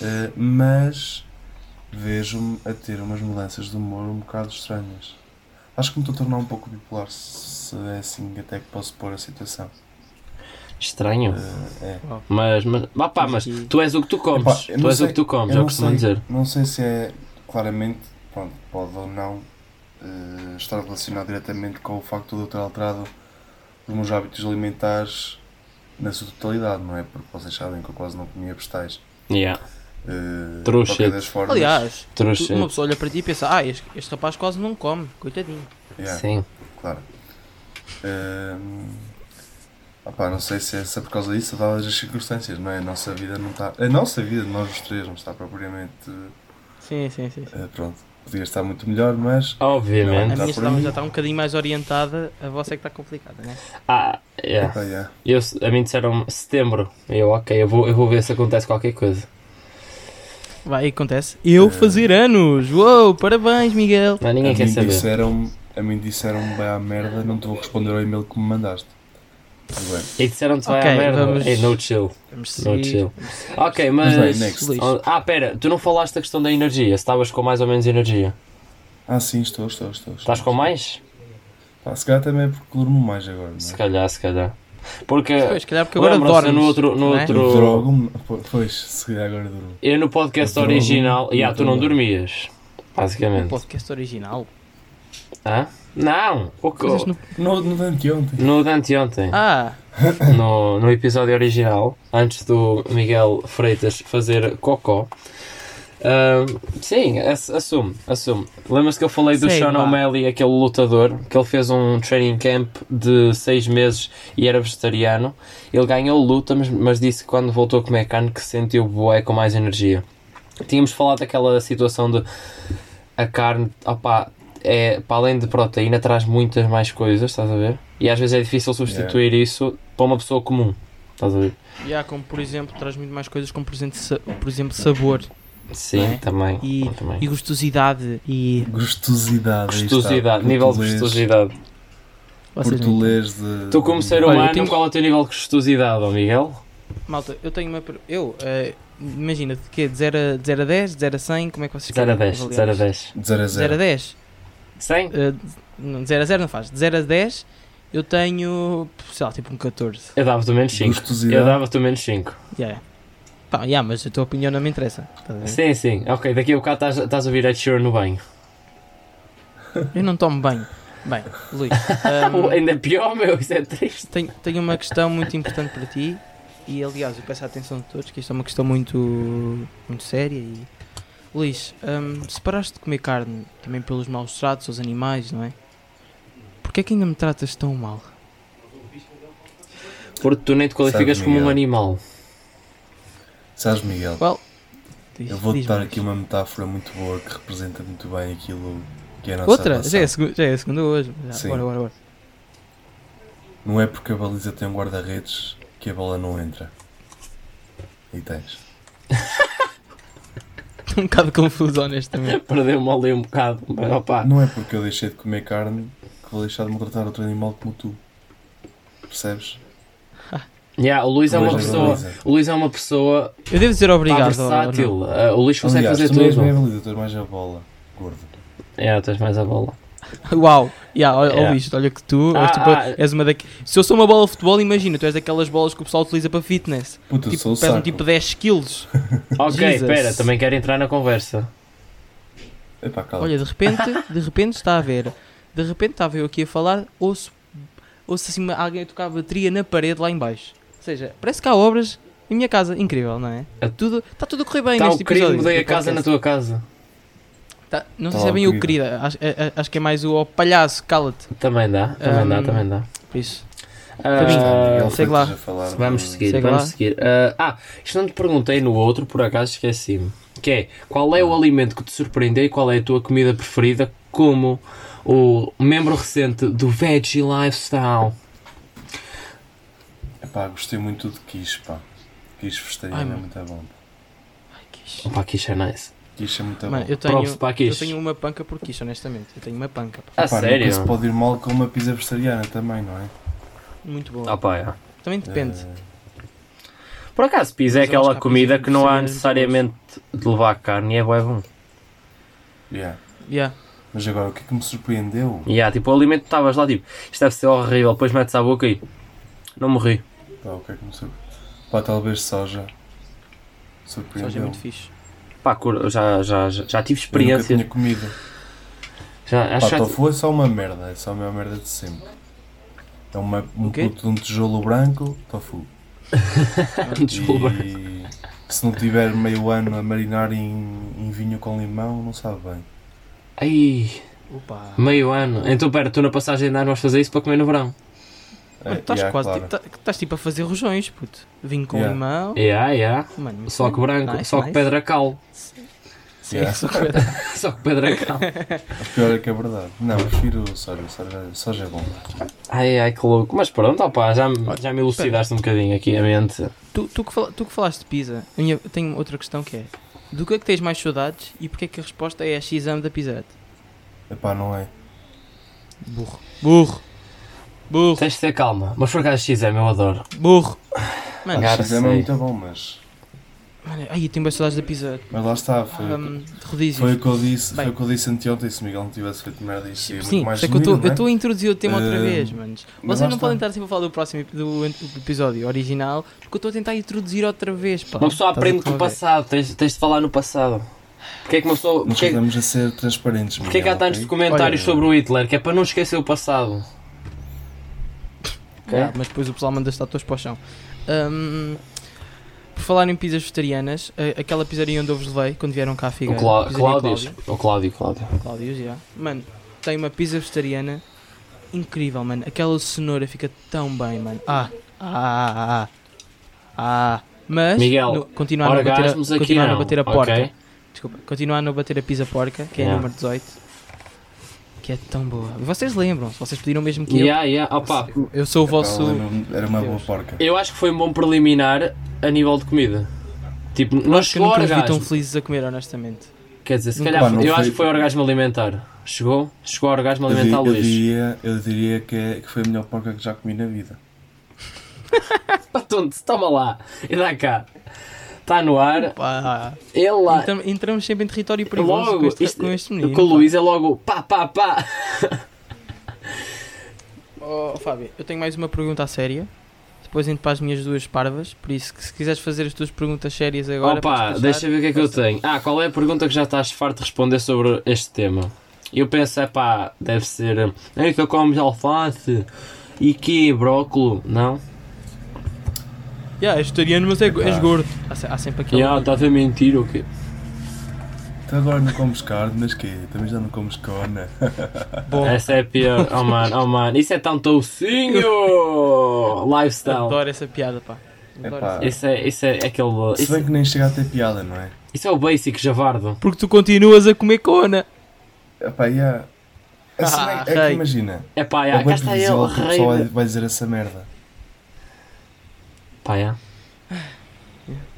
A: Eh, mas vejo-me a ter umas mudanças de humor um bocado estranhas. Acho que me estou a tornar um pouco bipolar, se é assim até que posso pôr a situação.
C: Estranho.
A: Eh, é.
C: Mas, mas, vá pá,
B: Mas
C: mas
B: aqui-
C: tu és o que tu comes.
A: Epá, eu
C: tu
A: não
C: és
A: sei-
C: o que tu comes,
A: eu
C: é o
A: não
C: que costumam
A: sei-
C: dizer.
A: Não sei se é claramente, pronto, pode ou não eh, estar relacionado diretamente com o facto de eu ter alterado os meus hábitos alimentares na sua totalidade, não é? Porque vocês sabem que eu quase não comia vegetais.
C: Yeah.
A: Eh, de
C: Trouxa.
A: qualquer das formas,
B: Aliás, tu-
C: Trouxe.
B: uma pessoa olha para ti e pensa, ah, este, este rapaz quase não come, coitadinho.
A: yeah,
C: Sim.
A: claro. Ehm, opá, não sei se é, se é por causa disso ou dadas as circunstâncias, não é? A nossa vida não está. A nossa vida, de nós os três, não está propriamente.
B: Sim, sim, sim. sim.
A: eh, pronto, podia estar muito melhor, mas.
B: A
C: Obviamente.
A: Não,
B: minha
A: por
B: estava-
A: mim.
B: já está um bocadinho mais orientada, a vossa é que está complicada, né?
C: Ah, yeah.
A: Epá, yeah.
C: Eu, a mim disseram setembro. Eu, ok, eu vou, eu vou ver se acontece qualquer coisa.
B: Vai, acontece. Eu
C: Eh.
B: fazer anos! Uou, parabéns, Miguel!
C: Não, ninguém
A: a
C: é quer
A: mim
C: saber.
A: Disseram, a mim disseram bem à merda, não te vou responder ao e-mail que me mandaste. Mas bem,
C: E disseram-te vai
B: Ok,
C: à merda.
B: vamos-
C: Ei, no chill.
B: Vamos
C: No
B: seguir.
C: chill. Ok, mas.
A: Mas bem, next.
B: Luís.
C: Ah, pera, tu não falaste da questão da energia. Se estavas com mais ou menos energia.
A: ah sim, estou, estou, estou. estou.
C: Estás com mais?
A: Pá, se calhar também é porque durmo mais agora, não
C: Se
A: é?
C: calhar, se calhar. Porque.
B: Pois, calhar porque agora
C: lembram-se,
B: dormes.
C: no outro- no
B: não é?
C: outro-
A: Eu
C: Dro-
A: Tipo, drogo-me, pô, pois, se calhar agora durmo.
C: Eu no podcast
A: Eu durmo.
C: original. Já,
A: Eu
C: tu não
A: durmo.
C: dormias.
B: No
C: Basicamente.
B: Um podcast original.
C: Hã? Não! O que.
B: Coisas no...
A: No, no de anteontem.
C: No de anteontem,
B: Ah,
C: no, no episódio original, antes do Miguel Freitas fazer cocó, ah, sim, ass- assume, assume. Lembra-se que eu falei do
B: Sei
C: Sean
B: lá.
C: O'Malley, aquele lutador, que ele fez um training camp de seis meses e era vegetariano. Ele ganhou luta, mas, mas disse que quando voltou a comer carne que se sentiu bué com mais energia. Tínhamos falado daquela situação de a carne, opá, é, para além de proteína, traz muitas mais coisas, estás a ver? E às vezes é difícil substituir isso para uma pessoa comum, estás a ver?
B: e há como, por exemplo, traz muito mais coisas como, por exemplo, sa- por exemplo sabor
C: Sim,
B: É.
C: também.
B: e,
C: também.
B: e gostosidade e...
A: Gostosidade. aí está.
C: Gostosidade,
A: Porque
C: nível
A: tu
C: de
A: lês-
C: gostosidade.
B: Vocês
A: Porque tu
B: não-
A: lês de...
C: Tu, como ser
B: Olha, eu
C: humano,
B: tenho-
C: qual é o teu nível de gostosidade, ó Miguel?
B: Malta, eu tenho uma... per- Eu, eh, imagina, de quê? De 0 a, de 0 a 10? De 0 a 100? Como é que vocês
C: 0 a
B: querem
C: 10,
B: avaliar
C: 0 a
B: isto?
C: 10.
A: De 0 a 0.
B: 0 a 10?
C: 100?
B: Eh, não, de 0 a 0 não faz. De 0 a 10 eu tenho, sei lá, tipo um 14.
C: Eu dava-te o menos 5. Eu
A: Gostosidade.
C: dava-te o menos 5.
B: Yeah. Pá, yeah, mas a tua opinião não me interessa. Tá a ver?
C: Sim, sim. Ok, daqui a um bocado estás- estás a ouvir Ed Sheeran no banho.
B: Eu não tomo banho. Bem, Luís, ehm, ahm,
C: Ainda pior, meu, isso é triste.
B: tenho, tenho uma questão muito importante para ti e aliás eu peço a atenção de todos que isto é uma questão muito, muito séria e Luís, ahm, se paraste de comer carne também pelos maus tratos aos animais, não é? Porquê é que ainda me tratas tão mal?
C: Porque tu nem te qualificas
A: Sabe,
C: como um
A: Miguel.
C: animal.
A: Sabes, Miguel,
B: Well, diz-
A: eu vou-te
B: diz
A: dar
B: mais.
A: aqui uma metáfora muito boa que representa muito bem aquilo que é a nossa
B: Outra?
A: relação.
B: Já é, a segu- já é a segunda hoje. Já,
A: Sim.
B: Bora, bora, bora.
A: Não é porque a baliza tem um guarda-redes que a bola não entra. E tens.
B: Estou um bocado confuso, honestamente.
C: Perdeu-me ali um bocado. Mas, opá.
A: Não é porque eu deixei de comer carne que vou deixar de maltratar outro animal como tu. Percebes?
C: Yeah, o Luís é
A: Tu
C: uma
A: és
C: pessoa.
A: baliza.
C: O Luís é uma pessoa
B: Eu devo dizer
C: pá,
B: obrigado. ou- ou não?
C: versátil. Ah, o Luís consegue
A: Aliás,
C: fazer
A: tu não és
C: tudo.
A: bem a baliza, tu és mais a bola. Gordo.
C: É, tens mais a bola.
B: Uau, yeah, olha,
C: Yeah.
B: olha isto, olha que tu
C: Ah,
B: és, tipo,
C: ah.
B: és uma daqu... Se eu sou uma bola de futebol, imagina, tu és daquelas bolas que o pessoal utiliza para fitness.
A: Puta, eu
B: tipo,
A: sou o
B: pesam
A: saco.
B: tipo 10 quilos.
C: Ok,
B: Jesus.
C: espera, também quero entrar na conversa.
A: Epá, cala.
B: Olha, de repente, de repente está a ver. De repente estava eu aqui a falar, ouço, ouço assim uma- alguém a tocar a bateria na parede lá em baixo. Ou seja, parece que há obras em minha casa. Incrível, não é?
C: É.
B: Tudo, está tudo a correr bem
C: Tá, o
B: neste
C: querido
B: episódio.
C: mudei
B: do
C: a casa na
B: podcast.
C: tua casa.
B: Tá, não
A: Tá
B: sei se é
A: lá o
B: bem o
A: querido.
B: querida, acho, é- é- acho que é mais o ó, palhaço, cala-te.
C: Também dá, também dá,
B: Ahm,
C: também dá.
B: Por isso.
C: Ah,
A: Miguel
B: sei eh, lá.
A: Freitas a falar é
C: Vamos
A: do-
C: seguir,
B: Segue
C: vamos
B: lá.
C: seguir. Ah, ah, isto não te perguntei no outro, por acaso esqueci-me. Que é, qual é o alimento que te surpreendeu e qual é a tua comida preferida como o membro recente do Veggie Lifestyle?
A: Epá, gostei muito de quiche, pá. Quiche
B: Ai,
A: vegetariano é
B: mano.
A: muito bom.
B: Ai, que isto.
C: Opa, que isto é nice.
A: Quiche é muito
B: Mano,
A: bom.
B: eu tenho,
C: Props para a quiche.
B: eu tenho um- uma panca por quiche, honestamente. Eu tenho uma panca. pá.
C: A
A: Epá,
C: sério?
A: Nunca se pode ir mal com uma pizza vegetariana também, não é?
B: Muito boa.
C: Opa, é.
B: Também depende.
A: Eh,
C: Por acaso, pizza é
B: Mas eu acho
C: aquela
B: que a
C: comida
B: pizza
C: que não
B: deve ser
C: há
B: mesmo
C: necessariamente de levar carne e é bué bom.
A: yeah.
B: Yeah.
A: Mas agora, o que é que me surpreendeu?
C: E há, tipo, o alimento que estavas lá, tipo, isto deve ser horrível, depois metes à boca e não morri.
A: Pá, o que é que me surpreendeu? Pá, talvez soja. Surpreendeu.
B: Soja é muito fixe.
C: Pá, cur- já, já, já, já tive
A: Eu nunca
C: experiência.
A: tinha comido.
C: Já, acho
A: Pá,
C: que já ti-
A: tofu é só uma merda, é só a mesma merda de sempre. É uma, um
B: O quê?
A: puto de um tijolo branco, tofu.
B: Um
C: Desculpa.
A: E se não tiver meio ano a marinar em, em vinho com limão, não sabe bem.
C: Ai,
B: Opa.
C: meio ano. Então, pera, tu na passagem de ano vais fazer isso para comer no verão.
B: Mano,
A: É,
B: estás
A: yeah,
B: quase
A: claro.
B: tipo, tá- estás tipo a fazer rojões, puto. Vinho com
A: Yeah.
B: limão.
C: Yeah, yeah.
B: Mano, muito
C: É, Só que
B: bem.
C: branco,
B: Nice,
C: só que
B: nice.
C: pedra cal.
B: Sim,
A: Yeah.
B: só que pedra.
C: só que pedra cal.
B: tipo-
A: A pior é que é verdade. Não, prefiro soja, soja, soja é bom.
C: Ai, ai, que louco. Mas pronto, opá, já, me- já me elucidaste um bocadinho aqui a mente.
B: tu, tu, que fala- tu que falaste de pizza, a minha- eu tenho outra questão que é: do que é que tens mais saudades e porque é que a resposta é a XM da Pizza Hut?
A: Epá, não é?
B: Burro. Burro. Burro.
C: Tens de ter calma. Mas por acaso XM, eu adoro.
B: Burro. Mano,
C: Cara,
A: O XM é
C: sei.
A: muito bom, mas,
B: mano, ai, eu tenho bem saudades da Pizza Hut.
A: mas lá está. Foi,
B: Um, rodízios.
A: foi o que eu disse,
B: Bem.
A: foi o que eu disse anteontem. Se o Miguel não tivesse feito merda, isso seria
B: Sim,
A: muito mais
B: sei que eu tô-
A: genuíno,
B: eu
A: não é?
B: estou a introduzir o tema outra
A: Eh,
B: vez, manos.
A: mas
B: Vocês
A: lá
B: não podem
A: está.
B: estar sempre a falar do próximo ep- do ant- do episódio original, porque eu estou a tentar introduzir outra vez, pá.
C: Uma pessoa
B: Estás a
C: aprende com o
B: perceber?
C: passado, tens, tens de falar no passado. Porquê é que uma pessoa.
A: Nós
C: Porquê, é que-
A: estamos a ser transparentes,
C: porquê é que há
A: Miguel,
C: tantos
A: ok?
C: documentários
A: Olha,
C: sobre o Hitler? Que é para não esquecer o passado. É? Ok?
B: Ah, mas depois o pessoal manda estátuas para o chão. Ahm, por falar em pizzas vegetarianas, a- aquela pizzaria onde eu vos levei, quando vieram cá a
C: O
B: Figueira,
C: Clá-
B: pizzaria
C: Cláudio. O Cláudio, Cláudio.
B: Cláudio, Cláudio, já. Mano, tem uma pizza vegetariana incrível, mano. Aquela cenoura fica tão bem, mano. Ah, ah, ah, ah. ah. Mas,
C: Miguel,
B: no- continuar, a bater a,
C: Orgasmos aqui
B: continuar
C: não.
B: a bater a
C: ok?
B: porca. Desculpa, continuar a não bater a pizza porca, que é
C: Yeah.
B: a número 18. Que é tão boa. E vocês lembram-se, vocês pediram mesmo que
C: Yeah, yeah. Opa,
B: eu. Eu sou o
A: epá, eu
B: vosso.
A: lembro-me, Era uma boa
B: Deus.
A: porca.
C: Eu acho que foi um bom preliminar a nível de comida. Tipo, nós
B: que eu
C: chegou ao
B: nunca os vi tão
C: orgasmo.
B: felizes a comer, honestamente.
C: Quer dizer, se
B: Nunca
C: calhar,
A: vi. Pá, não
C: eu acho
A: foi-
C: que foi orgasmo alimentar. Chegou? Chegou ao orgasmo
A: Eu, di-
C: alimentar,
A: eu,
C: Luís.
A: diria, eu diria que, é- que foi a melhor porca que já comi na vida.
C: Pá, tonto, toma lá. E dá cá. Está no ar.
B: Pá,
C: Ele lá.
B: entra- entramos sempre em território perigoso
C: É Logo,
B: com, este,
C: isto-
B: com este menino.
C: com o
B: pá.
C: Luís é logo pá, pá, pá.
B: Oh, Fábio, eu tenho mais uma pergunta séria. Depois indo para as minhas duas parvas. Por isso, que se quiseres fazer as tuas perguntas sérias agora.
C: Opa,
B: podes passar.
C: deixa eu ver o que é que eu tenho. Ah, qual é a pergunta que já estás farto de responder sobre este tema? Eu penso, é pá, deve ser. É que eu como alface e que brócolo, não?
B: Yeah, és vegetariano, mas é, go- és
A: Epá.
B: gordo. Há, se- há sempre aquele.
C: yeah, estás a mentir ou quê?
A: Tu agora não comes carne, mas quê? Também já não comes cona.
B: Bom,
C: Essa é a pior. Oh mano, oh mano. Isso é tão toucinho! Lifestyle.
B: adoro essa piada, pá. Adoro
A: Epá.
B: essa-
C: Isso é, isso é aquele.
A: Se bem
C: Isso,
A: que nem chega a ter piada, não é?
C: isso é o basic javardo.
B: Porque tu continuas a comer cona.
A: Epá, yeah. A cena
B: Ah,
A: é, é que
B: rei.
A: imagina.
C: É pá,
A: É
C: yeah, cá
A: bem
C: está ele,
A: previsível que o pessoal é vai,
C: rei.
A: vai dizer essa merda.
C: Pá, yeah.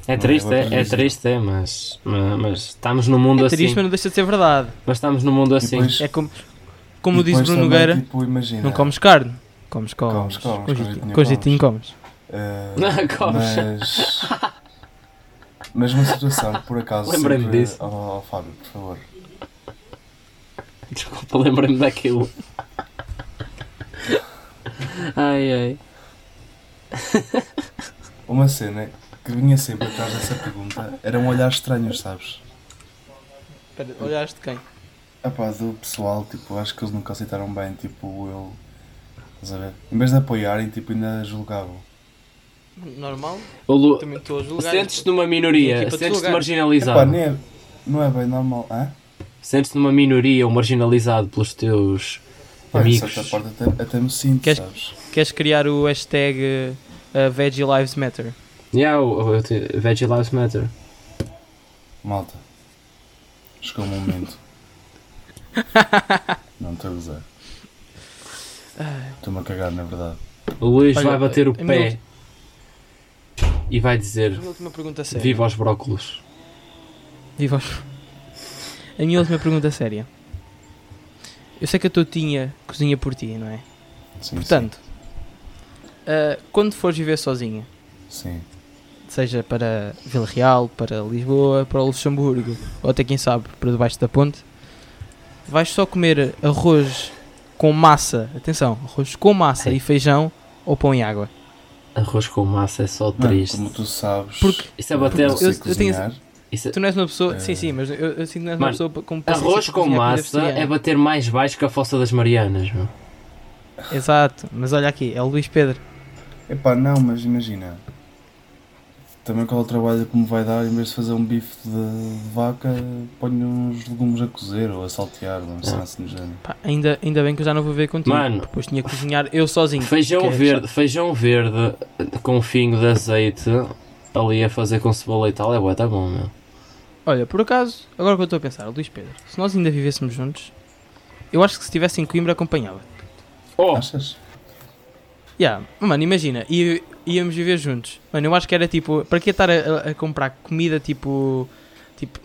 C: É
A: Não,
C: triste,
A: é
C: é, é
A: previsível.
C: triste, é, mas, mas, mas estamos num mundo
B: É triste,
C: assim.
B: mas não deixa de ser verdade.
C: Mas estamos num mundo
A: E
C: assim.
A: depois-
B: É como, como
A: e
B: disse
A: depois
B: Bruno
A: também,
B: Nogueira:
A: Tipo, imagina.
B: não comes carne. Comes, comes.
A: Comes, comes,
B: Com
A: comes,
B: jeitinho-
A: comes.
B: Com jeitinho comes.
A: ah,
C: Não comes.
A: Mas. Mas uma situação, por acaso.
C: Lembrei-me
A: sempre-
C: disso.
A: Oh, oh, Fábio, por favor.
C: Desculpa, lembrei-me daquilo. Ai ai.
A: Uma cena que vinha sempre atrás dessa pergunta era um olhar estranho, sabes?
B: Espera, olhaste quem?
A: Ah pá, do pessoal, tipo, acho que eles nunca aceitaram bem, tipo, eu. Estás a ver? Em vez de apoiarem, tipo, ainda julgavam.
B: Normal?
C: O Lu...
B: Também estou a julgar.
C: Sentes-te numa minoria,
B: Equipa de
C: sentes-te
B: lugar.
A: Epá,
C: marginalizado.
A: nem é, não é bem normal. Hã?
C: sentes-te numa minoria ou marginalizado pelos teus
A: Pá, em
C: amigos.
A: certa parte até, até me sinto,
B: Queres-
A: sabes?
B: Queres criar o hashtag eh, Veggie Lives Matter?
C: Yeah, o- o- o- Veggie Lives Matter.
A: Malta, chegou o momento. não estou a gozar. Estou-me a cagar, na verdade.
C: O Luís
B: Olha, é
C: vai bater o
B: a
C: pé
B: minha
C: e vai dizer:
B: minha última pergunta
C: Viva os brócolos.
B: Viva os- A minha última pergunta séria. Eu sei que a tua tinha cozinha por ti, não é?
A: Sim,
B: Portanto, ah, quando fores viver sozinha,
A: sim. sim.
B: seja para Vila Real, para Lisboa, para o Luxemburgo, ou até quem sabe para debaixo da ponte, vais só comer arroz com massa, atenção, arroz com massa
C: Sim.
B: e feijão ou pão e água.
C: Arroz com massa é só
A: Mano,
C: triste.
A: como tu sabes,
B: Porque-
C: Isso é bater.
A: eu, não sei
B: Eu- eu tenho-
A: cozinhar.
C: Isso é-
B: Tu não és uma pessoa,
A: Eh,
B: sim, sim, mas eu, eu sinto que não és uma
C: Mano,
B: pessoa pa- com paciência
C: Arroz
B: para
C: com
B: cozinhar comida
C: massa é
B: vegetariana.
C: bater mais baixo que a Fossa das Marianas, meu.
B: Exato, mas olha aqui, é o Luís Pedro.
A: Epá, não, mas imagina. Também qual é o trabalho que me vai dar, em vez de fazer um bife de, de vaca, ponho uns legumes a cozer ou a saltear, não sei
C: Ah.
A: assim no género.
B: Pá, ainda, ainda bem que eu já não vou ver contigo.
C: Mano.
B: Depois tinha que cozinhar eu sozinho.
C: Feijão
B: que é
C: verde, feijão verde com um fingo de azeite ali a fazer com cebola e tal é bué, tá bom, meu.
B: Olha, por acaso, agora que eu estou a pensar, Luís Pedro, se nós ainda vivêssemos juntos, eu acho que se estivesse em Coimbra acompanhava.
C: Oh,
A: Achas?
B: Yeah, mano, imagina, e íamos viver juntos. Mano, eu acho que era tipo, para que estar a, a- a comprar comida tipo. tipo.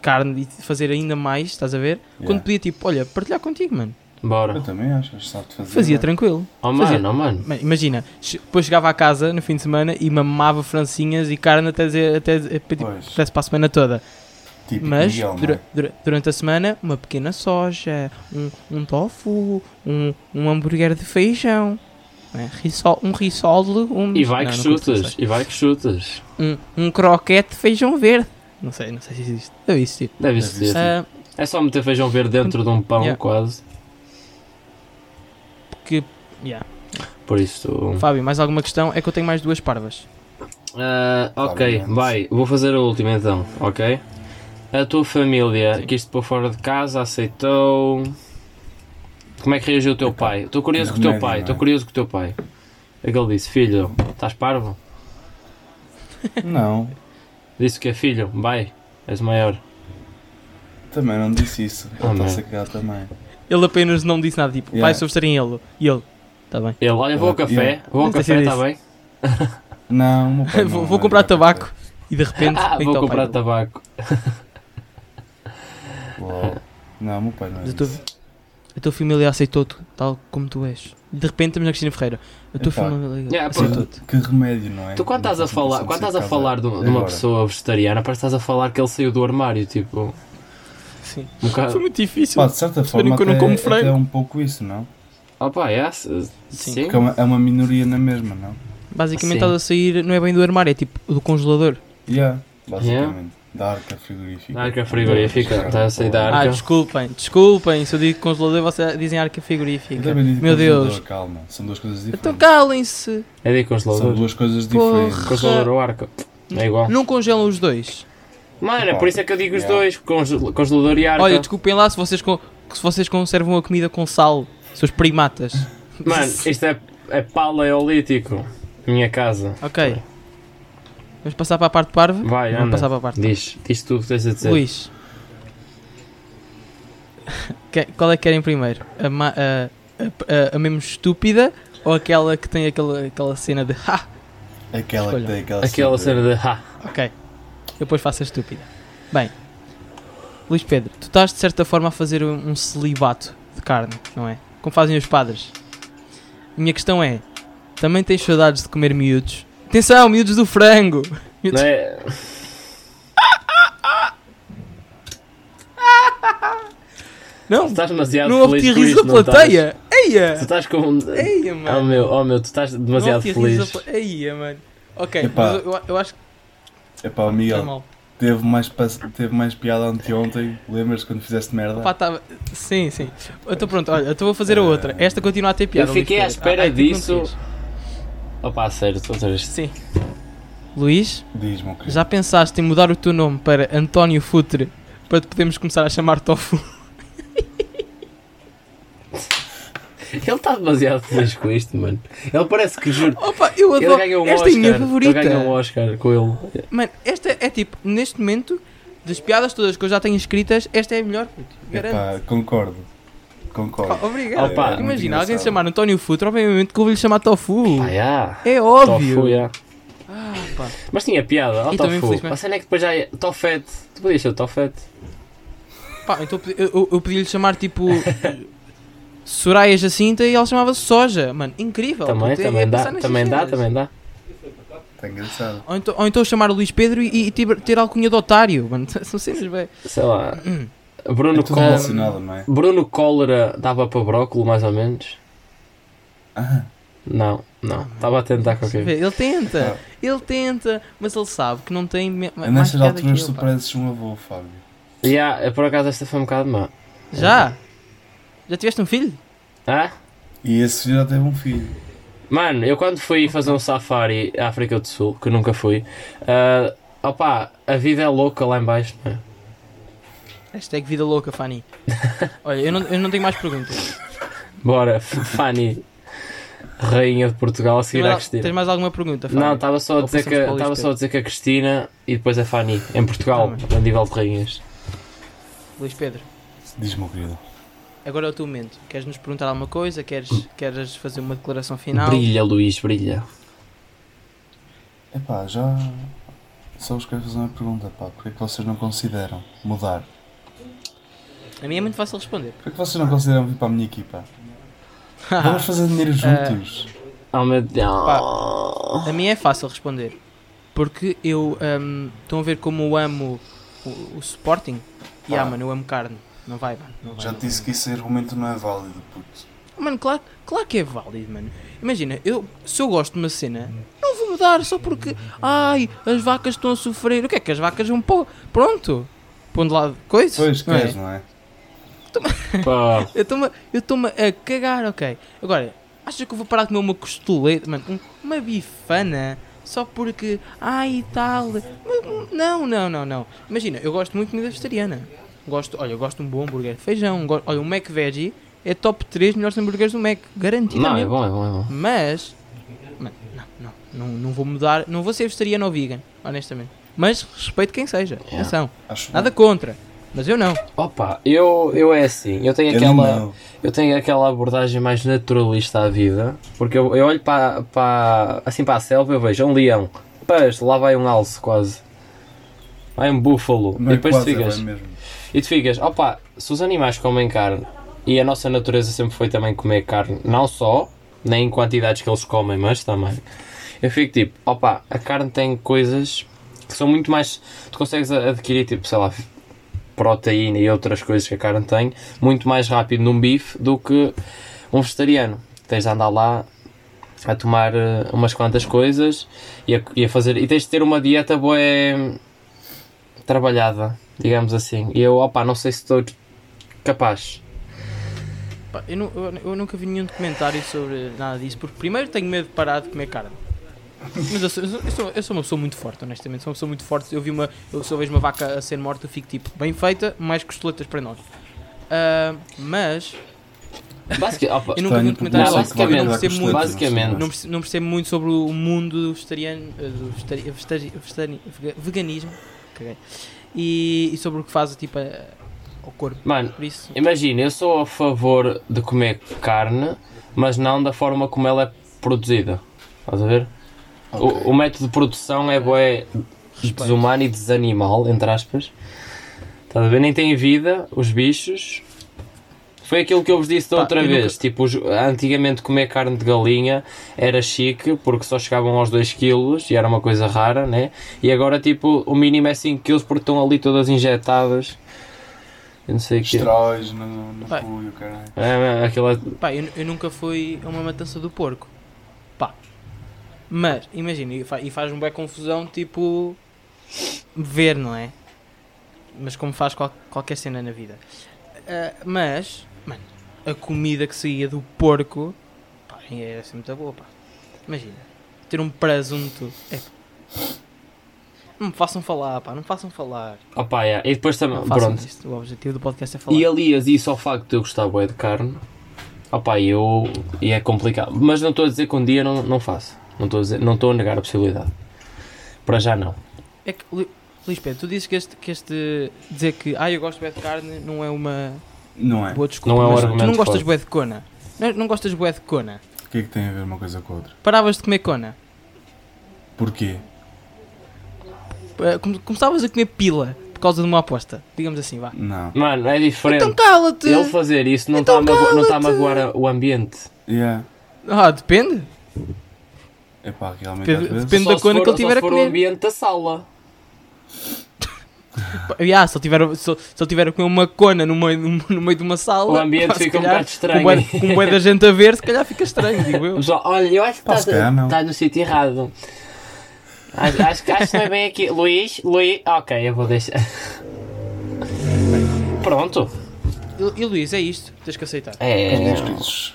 B: carne e fazer ainda mais, estás a ver? Quando
A: Yeah.
B: podia tipo, olha, partilhar contigo, mano.
A: Eu
B: Então.
C: bora.
A: também acho, acho que sabe fazer.
B: Fazia
A: bem.
B: tranquilo.
C: Oh
B: fazia-
C: mano, oh mano.
B: Mano, imagina, che- depois chegava à casa no fim de semana e mamava francinhas e carne até dizer, até, dizer- tipo,
A: Pois,
B: parece para a semana toda.
A: típico
B: Mas
A: Miguel, não é?
B: dura- dura- durante a semana, uma pequena soja, um, um tofu, um, um hambúrguer de feijão, né? Risol- um risolo, um.
C: E vai
B: não,
C: que
B: não curto, não
C: chutas,
B: sei.
C: e vai que chutas.
B: Um, um croquete de feijão verde. Não sei, não sei se existe. Deve existir.
C: Deve
A: Sim.
C: ser.
B: Ah,
C: É só meter feijão verde dentro de um pão,
B: Yeah.
C: quase.
B: que, yeah.
C: Por isso.
B: Fábio, mais alguma questão? É que eu tenho mais duas parvas.
C: Ah, ok,
A: Obviamente.
C: vai, vou fazer a última então, ok? A tua família
B: Sim.
C: que isto por fora de casa aceitou. Como é que reagiu o teu
A: Epá,
C: pai? Estou curioso
A: na
C: com o teu
A: comédia,
C: pai,
A: não é?
C: estou curioso com o teu pai. É que ele disse: Filho, estás parvo?
A: Não,
C: Disse que é filho, vai, és maior.
A: também não disse isso.
C: Oh,
A: Ele
C: man.
A: está-se a cagar também.
B: Ele apenas não disse nada, tipo,
A: Yeah.
B: vai sobre em ele. E ele, tá bem.
C: Ele, olha, vou ao
A: Ah,
C: café,
A: yeah.
C: vou ao
B: Deve ter
C: café,
B: sido
C: está bem?
A: Não, o meu pai
B: vou
A: não
B: vou
A: é
B: comprar
A: da
B: tabaco e de repente.
C: Ah,
B: vem
C: vou
B: teu pai.
C: comprar tabaco.
A: café. Uau. Não, o meu pai não é
B: Mas eu tô-
A: isso.
B: A tua família aceitou-te, tal como tu és. De repente estamos na Cristina Ferreira. A tua
A: Epá.
B: família
C: Yeah, pá,
B: aceitou-te.
A: Que remédio, não é?
C: Tu quando estás a falar, quando estás a falar de, de uma
A: Agora.
C: pessoa vegetariana, parece que estás a falar que ele saiu do armário, tipo.
B: Sim.
C: Um bocado.
B: Foi muito difícil.
A: Pá, de certa forma,
B: que eu
A: até,
B: não como
A: até
B: frango.
A: é um pouco isso, não?
C: Opa, é, sim.
B: Sim.
C: sim.
A: Porque é uma, é uma minoria na mesma, não?
B: Basicamente
C: Sim.
B: estás a sair, não é bem do armário, é tipo do congelador.
A: Yeah, basicamente. Da arca frigorífica.
C: Da arca frigorífica, tá a sair da
B: Ah,
C: Arca.
B: desculpem, desculpem. Se eu digo congelador, vocês dizem arca
A: Eu
B: frigorífica.
A: também digo
B: Ah, Meu
A: congelador,
B: Deus.
A: Calma, são duas coisas diferentes.
B: Então calem-se.
C: É de
A: São
C: congelador.
A: duas coisas
B: Porra.
A: diferentes.
C: Congelador ou arca. É igual.
B: Não congelam os dois.
C: Mano, é por isso é que eu digo os
A: Yeah.
C: dois. congel- Congelador e arca.
B: Olha, desculpem lá se vocês, con- se vocês conservam a comida com sal, seus primatas.
C: Mano, isto é, é paleolítico. Minha casa.
B: Ok. Vamos passar para a parte parva?
C: Vai,
B: Vamos
C: anda.
B: passar para a parte
C: Diz, diz tudo o que tens a dizer.
B: Luís. Que- Qual é que querem primeiro? A, ma- a- a- a- a mesmo estúpida ou aquela que tem aquela, aquela cena de ha?
A: Aquela
B: Escolha.
A: que tem aquela,
C: Aquela cena de ha.
B: Ok. Eu Depois faço a estúpida. Bem, Luís Pedro, tu estás de certa forma a fazer um, um celibato de carne, não é? Como fazem os padres. Minha questão é: também tens saudades de comer miúdos? Atenção, miúdos do frango!
C: Não é? Tu
B: Não,
C: estás demasiado
B: não houve
C: feliz.
B: te
C: com
B: riso
C: isto,
B: da
C: não estás?
B: plateia!
C: Tu
B: Eia!
C: estás com.
B: Eia,
C: Oh
B: mano!
C: meu, oh meu, tu estás demasiado
B: Não, tinha riso
C: feliz.
B: da pla- Aí, é, mano. Ok,
A: Epá.
B: mas eu, eu acho que
A: É pá,
B: está
A: Miguel,
B: mal.
A: teve mais, pas- teve mais piada anteontem. Lembras-te quando fizeste merda?
B: Opa, tava... tá, Sim, sim. Eu estou pronto, olha, eu estou a fazer
A: Ah.
B: a outra. Esta continua a ter piada.
C: Eu fiquei
B: Luís
C: à
B: Pedro. Ah,
C: espera
B: Ai, tu que não
C: disso.
B: quis.
C: Opa, a sério, estou triste.
B: Sim. Luís,
A: Diz-me, o querido.
B: já pensaste em mudar o teu nome para António Futre para te podermos começar a chamar tofu.
C: Ele está demasiado feliz com isto, mano. Ele parece que juro.
B: Opa, eu
C: Ele
B: adoro.
C: ganhou um
B: esta
C: Oscar.
B: é a minha
C: ele
B: favorita.
C: ganhou um Oscar com ele.
B: Mano, esta é tipo, neste momento, das piadas todas que eu já tenho escritas, esta é a melhor. puto. Garanto.
A: Epá, concordo. Concordo. É,
B: Pá, obrigado.
C: Opa,
A: muito
B: Porque imagina, alguém se
A: engraçado.
B: chamar António Futuro, obviamente que eu vou lhe chamar Tofu.
C: Pá, yeah.
B: É
C: Tofu,
B: óbvio.
C: yeah.
B: Ah, pá.
C: Mas tinha piada, ó
B: E também,
C: tofu.
B: felizmente.
C: A cena é que depois já é Tofete. Tu podias ser o Tofete.
B: Pá, então eu pedi- eu, eu- eu pedi-lhe chamar tipo Soraya Jacinta e ela chamava-se Soja, mano, incrível.
C: Também,
B: puto, é- é
C: também
B: pensar
C: dá,
B: nestas
C: também dá,
B: cenas.
C: também dá.
A: Está é engraçado.
B: Ou então, ou então chamar o Luís Pedro e, e ter, ter a alcunha de otário, mano, são cenas, bem.
C: Sei lá.
B: Hum.
C: Bruno
A: é tudo
C: Col-
A: relacionado, não é?
C: Bruno Cólera dava para brócolo, mais ou menos?
A: Ah,
C: Não,
B: Ah,
C: não. Estava a tentar qualquer coisa.
B: Ele
A: Ah.
B: tenta, ele tenta, mas ele sabe que não tem me- ma- mais
A: nessas
B: piada que
A: alturas
B: eu,
A: tu
B: pá.
A: pareces um avô, Fábio.
C: Yeah, por acaso esta foi um bocado má.
B: Já?
A: é.
B: Já tiveste um filho?
C: Ah?
A: E esse já teve um filho.
C: Mano, eu quando fui fazer um safari à África do Sul, que nunca fui, ah, opá, a vida é louca lá em baixo, não é?
B: Hashtag vida louca, Fanny. Olha, eu não, eu não tenho mais perguntas.
C: Bora, Fanny, rainha de Portugal, a
B: Tens
C: seguir à
B: mais,
C: Cristina.
B: tens mais alguma pergunta, Fanny?
C: Não, tá. estava só, a
B: Ou
C: dizer que,
B: passamos para o
C: estava
B: Luís
C: só a dizer que a Cristina e depois a Fanny, em Portugal,
B: Tá
C: a nível de rainhas.
B: Luís Pedro.
A: Diz-me, querido.
B: Agora é o teu momento. Queres nos perguntar alguma coisa? Queres, queres fazer uma declaração final?
C: Brilha, Luís, brilha.
A: Epá, já. Só vos quero fazer uma pergunta, pá. Porquê é que vocês não consideram mudar?
B: A mim é muito fácil responder.
A: Porquê é que vocês não consideram vir para a minha equipa? Vamos fazer
B: É.
A: dinheiro juntos.
C: Oh meu Deus.
B: a mim é fácil responder. Porque eu. hum, estão a ver como eu amo o, o Sporting? E ah,
A: Ah.
B: mano, eu amo carne. Não vai, mano. Não vai,
A: já
B: não
A: te disse que isso argumento não é válido, puto.
B: vai. Mano, claro, claro que é válido, mano. Imagina, eu, se eu gosto de uma cena, não vou mudar só porque. Ai, as vacas estão a sofrer. O que é que as vacas vão pôr? Pronto. Pondo lá coisas.
A: Pois,
B: não é?
A: queres, não é?
C: Pá.
B: Eu estou-me eu estou-me a cagar, ok. Agora, achas que eu vou parar de comer uma costeleta, mano, um- uma bifana, só porque, ai e tal. Mas, Não, não, não, não. Imagina, eu gosto muito de comida vegetariana. Gosto, olha, eu gosto de um bom hambúrguer de feijão. Gosto, olha, um Mac Veggie é top 3 melhores hambúrgueres do Mac,
C: Não,
B: garantidamente.
C: é bom, é bom, é bom.
B: Mas, mano, não, não, não, não vou mudar, não vou ser vegetariano ou vegan, honestamente. Mas respeito quem seja,
C: Yeah.
B: atenção,
A: Acho
B: nada contra, mas eu não.
C: Opa, eu, eu é assim, eu tenho
A: Eu
C: aquela.
A: não.
C: Eu tenho aquela abordagem mais naturalista à vida, porque eu, eu olho para, para assim para a selva eu vejo um leão, pás, lá vai um alce quase. Vai um búfalo.
A: Não
C: e
A: é
C: depois tu
A: quase, é
C: ficas.
A: bem mesmo.
C: E tu ficas, opa, se os animais comem carne, e a nossa natureza sempre foi também comer carne, não só, nem em quantidades que eles comem, mas também. Eu fico tipo, opa, a carne tem coisas que são muito mais. Tu consegues a- adquirir, tipo, sei lá, proteína e outras coisas que a carne tem, muito mais rápido num bife do que um vegetariano. Tens de andar lá a tomar eh, umas quantas coisas e a, e a fazer. E tens de ter uma dieta boa trabalhada, digamos assim. E eu, opá, não sei se estou capaz.
B: Pá, Eu, nu- eu- eu nunca vi nenhum documentário sobre nada disso, porque primeiro tenho medo de parar de comer carne. Mas eu sou, eu sou- eu sou- eu sou uma pessoa muito forte, honestamente, sou uma pessoa muito forte. Eu vi uma, eu, se eu vejo uma vaca a ser morta, eu fico tipo, bem feita, mais costeletas para nós. Ah, mas
C: Basic- opa,
B: eu nunca vi
A: Estranho, porque
B: um documentário
A: não sei
B: sobre
A: que vai
B: porque eu não
A: dar
B: percebo muito,
A: costeletas,
C: Basicamente.
B: não perce- não percebo muito sobre o mundo vegetariano, eh, do vegetari- vegetari- vegetari- vega- veganismo caguei, e, e sobre o que faz tipo, a- ao corpo.
C: Mano,
B: Por isso,
C: imagina, eu sou a favor de comer carne, mas não da forma como ela é produzida. Estás a ver? O-
A: Ok.
C: O, método de produção é bué desumano e desanimal, entre aspas. Estás a ver? Nem têm vida, os bichos. Foi aquilo que eu vos disse da
B: Pá,
C: outra
B: eu
C: vez.
B: nunca-
C: Tipo, os- antigamente comer carne de galinha era chique porque só chegavam aos 2 kg e era uma coisa rara, né? E agora, tipo, o mínimo é 5 kg porque estão ali todas injetadas. Eu não sei o que.
A: Esteróis no, no
B: Vai.
A: cu e o caralho.
C: É, é, aquilo é-
B: Pá, eu, eu nunca fui a uma matança do porco. Pá. Mas, imagina, e fa- e faz-me bem confusão, tipo. ver, não é? Mas como faz qual- qualquer cena na vida. Ah, mas, mano, a comida que saía do porco. pá, assim era sempre muito boa, pá. Imagina, ter um presunto. É. Não me façam falar, pá, não me façam falar.
C: Opa, yeah. E depois também.
B: Não façam
C: Pronto.
B: isto. O objetivo do podcast é falar.
C: E alias isso ao facto de eu gostar bué de carne. Opa, eu. E é complicado. Mas não estou a dizer que um dia não, não faço. Não estou a dizer- não estou a negar a possibilidade. Para já não.
B: É que, Lu- Luís Pedro, tu dizes que este, que este dizer que ah, eu gosto bem de carne não é uma
A: Não é?
B: boa desculpa.
C: Não é um
B: mas tu não
C: argumento
B: gostas
C: forte.
B: bué de cona. Não, não gostas bué de cona.
A: O que é que tem a ver uma coisa com a outra?
B: Paravas de comer cona.
A: Porquê?
B: Eh, come- Começavas a comer pila por causa de uma aposta. Digamos assim, vá.
A: Não.
C: Mano, é diferente.
B: Então cala-te!
C: Ele fazer isso não está
B: Então
C: a
B: cala-te!
C: magoar a- o ambiente.
A: Yeah.
B: Ah, depende.
A: Epá, realmente
B: Depende-
A: às vezes.
B: depende- da
C: se
B: cona
C: for-
B: que ele tiver
C: só
B: a
C: se for o
B: comer.
C: ambiente da sala.
B: Pá, Ah, se ele tiver, a- se, ele- se ele tiver a comer uma cona no meio, no meio de uma sala.
C: O ambiente
B: pá, se
C: fica um
B: calhar,
C: bocado estranho.
B: Com bué- Com boa da gente a ver, se calhar fica estranho, digo eu.
C: Pessoal, olha, eu acho que
A: Pá,
C: estás,
A: se calhar não.
C: estás no sítio errado. Acho, acho, que- acho que não é bem aqui. Luís, Luís. Ok, eu vou deixar. Pronto.
B: E, e Luís, é isto, tens que aceitar.
C: É,
A: Os inscritos.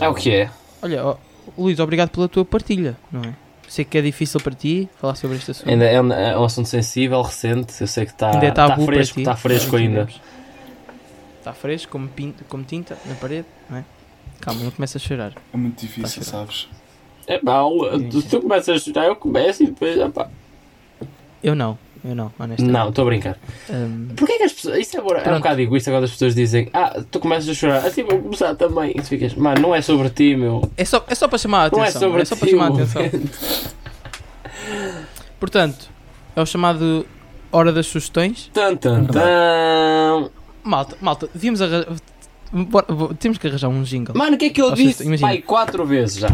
C: é o que é.
B: Olha, ó, Luís, obrigado pela tua partilha, não é? Sei que é difícil para ti falar sobre este assunto.
C: Ainda é um, é um assunto sensível, recente. Eu sei que está
B: Ainda é
C: está
B: tabu para
C: fresco,
B: ti.
C: está fresco ainda.
B: Está fresco, como, pin- como tinta na parede, não é? Calma, não começa a chorar.
A: É muito difícil, sabes?
C: É mau, tu, tu começas a chorar, eu começo e depois. é opá.
B: Eu não, eu não, honestamente. Hum,
C: Não, estou a brincar.
B: Ahm,
C: Porquê que as pessoas. Isso é, agora, é um
B: Pronto.
C: bocado egoísta quando as pessoas dizem Ah, tu começas a chorar, assim vou começar também. E tu ficas, mano, não é sobre ti, meu.
B: é, só, é só para chamar a
C: Não
B: atenção.
C: é sobre
B: é só
C: ti,
B: para chamar a
C: o
B: atenção. Portanto, é o chamado Hora das Sugestões.
C: Tan, tan,
B: Tá
A: Verdade.
C: tan.
B: Malta, malta, devíamos arranjar. bora- bo- Temos que arranjar um jingle.
C: Mano, o que é que eu
B: Ou seja,
C: disse?
B: imagina.
C: Pai, quatro vezes já.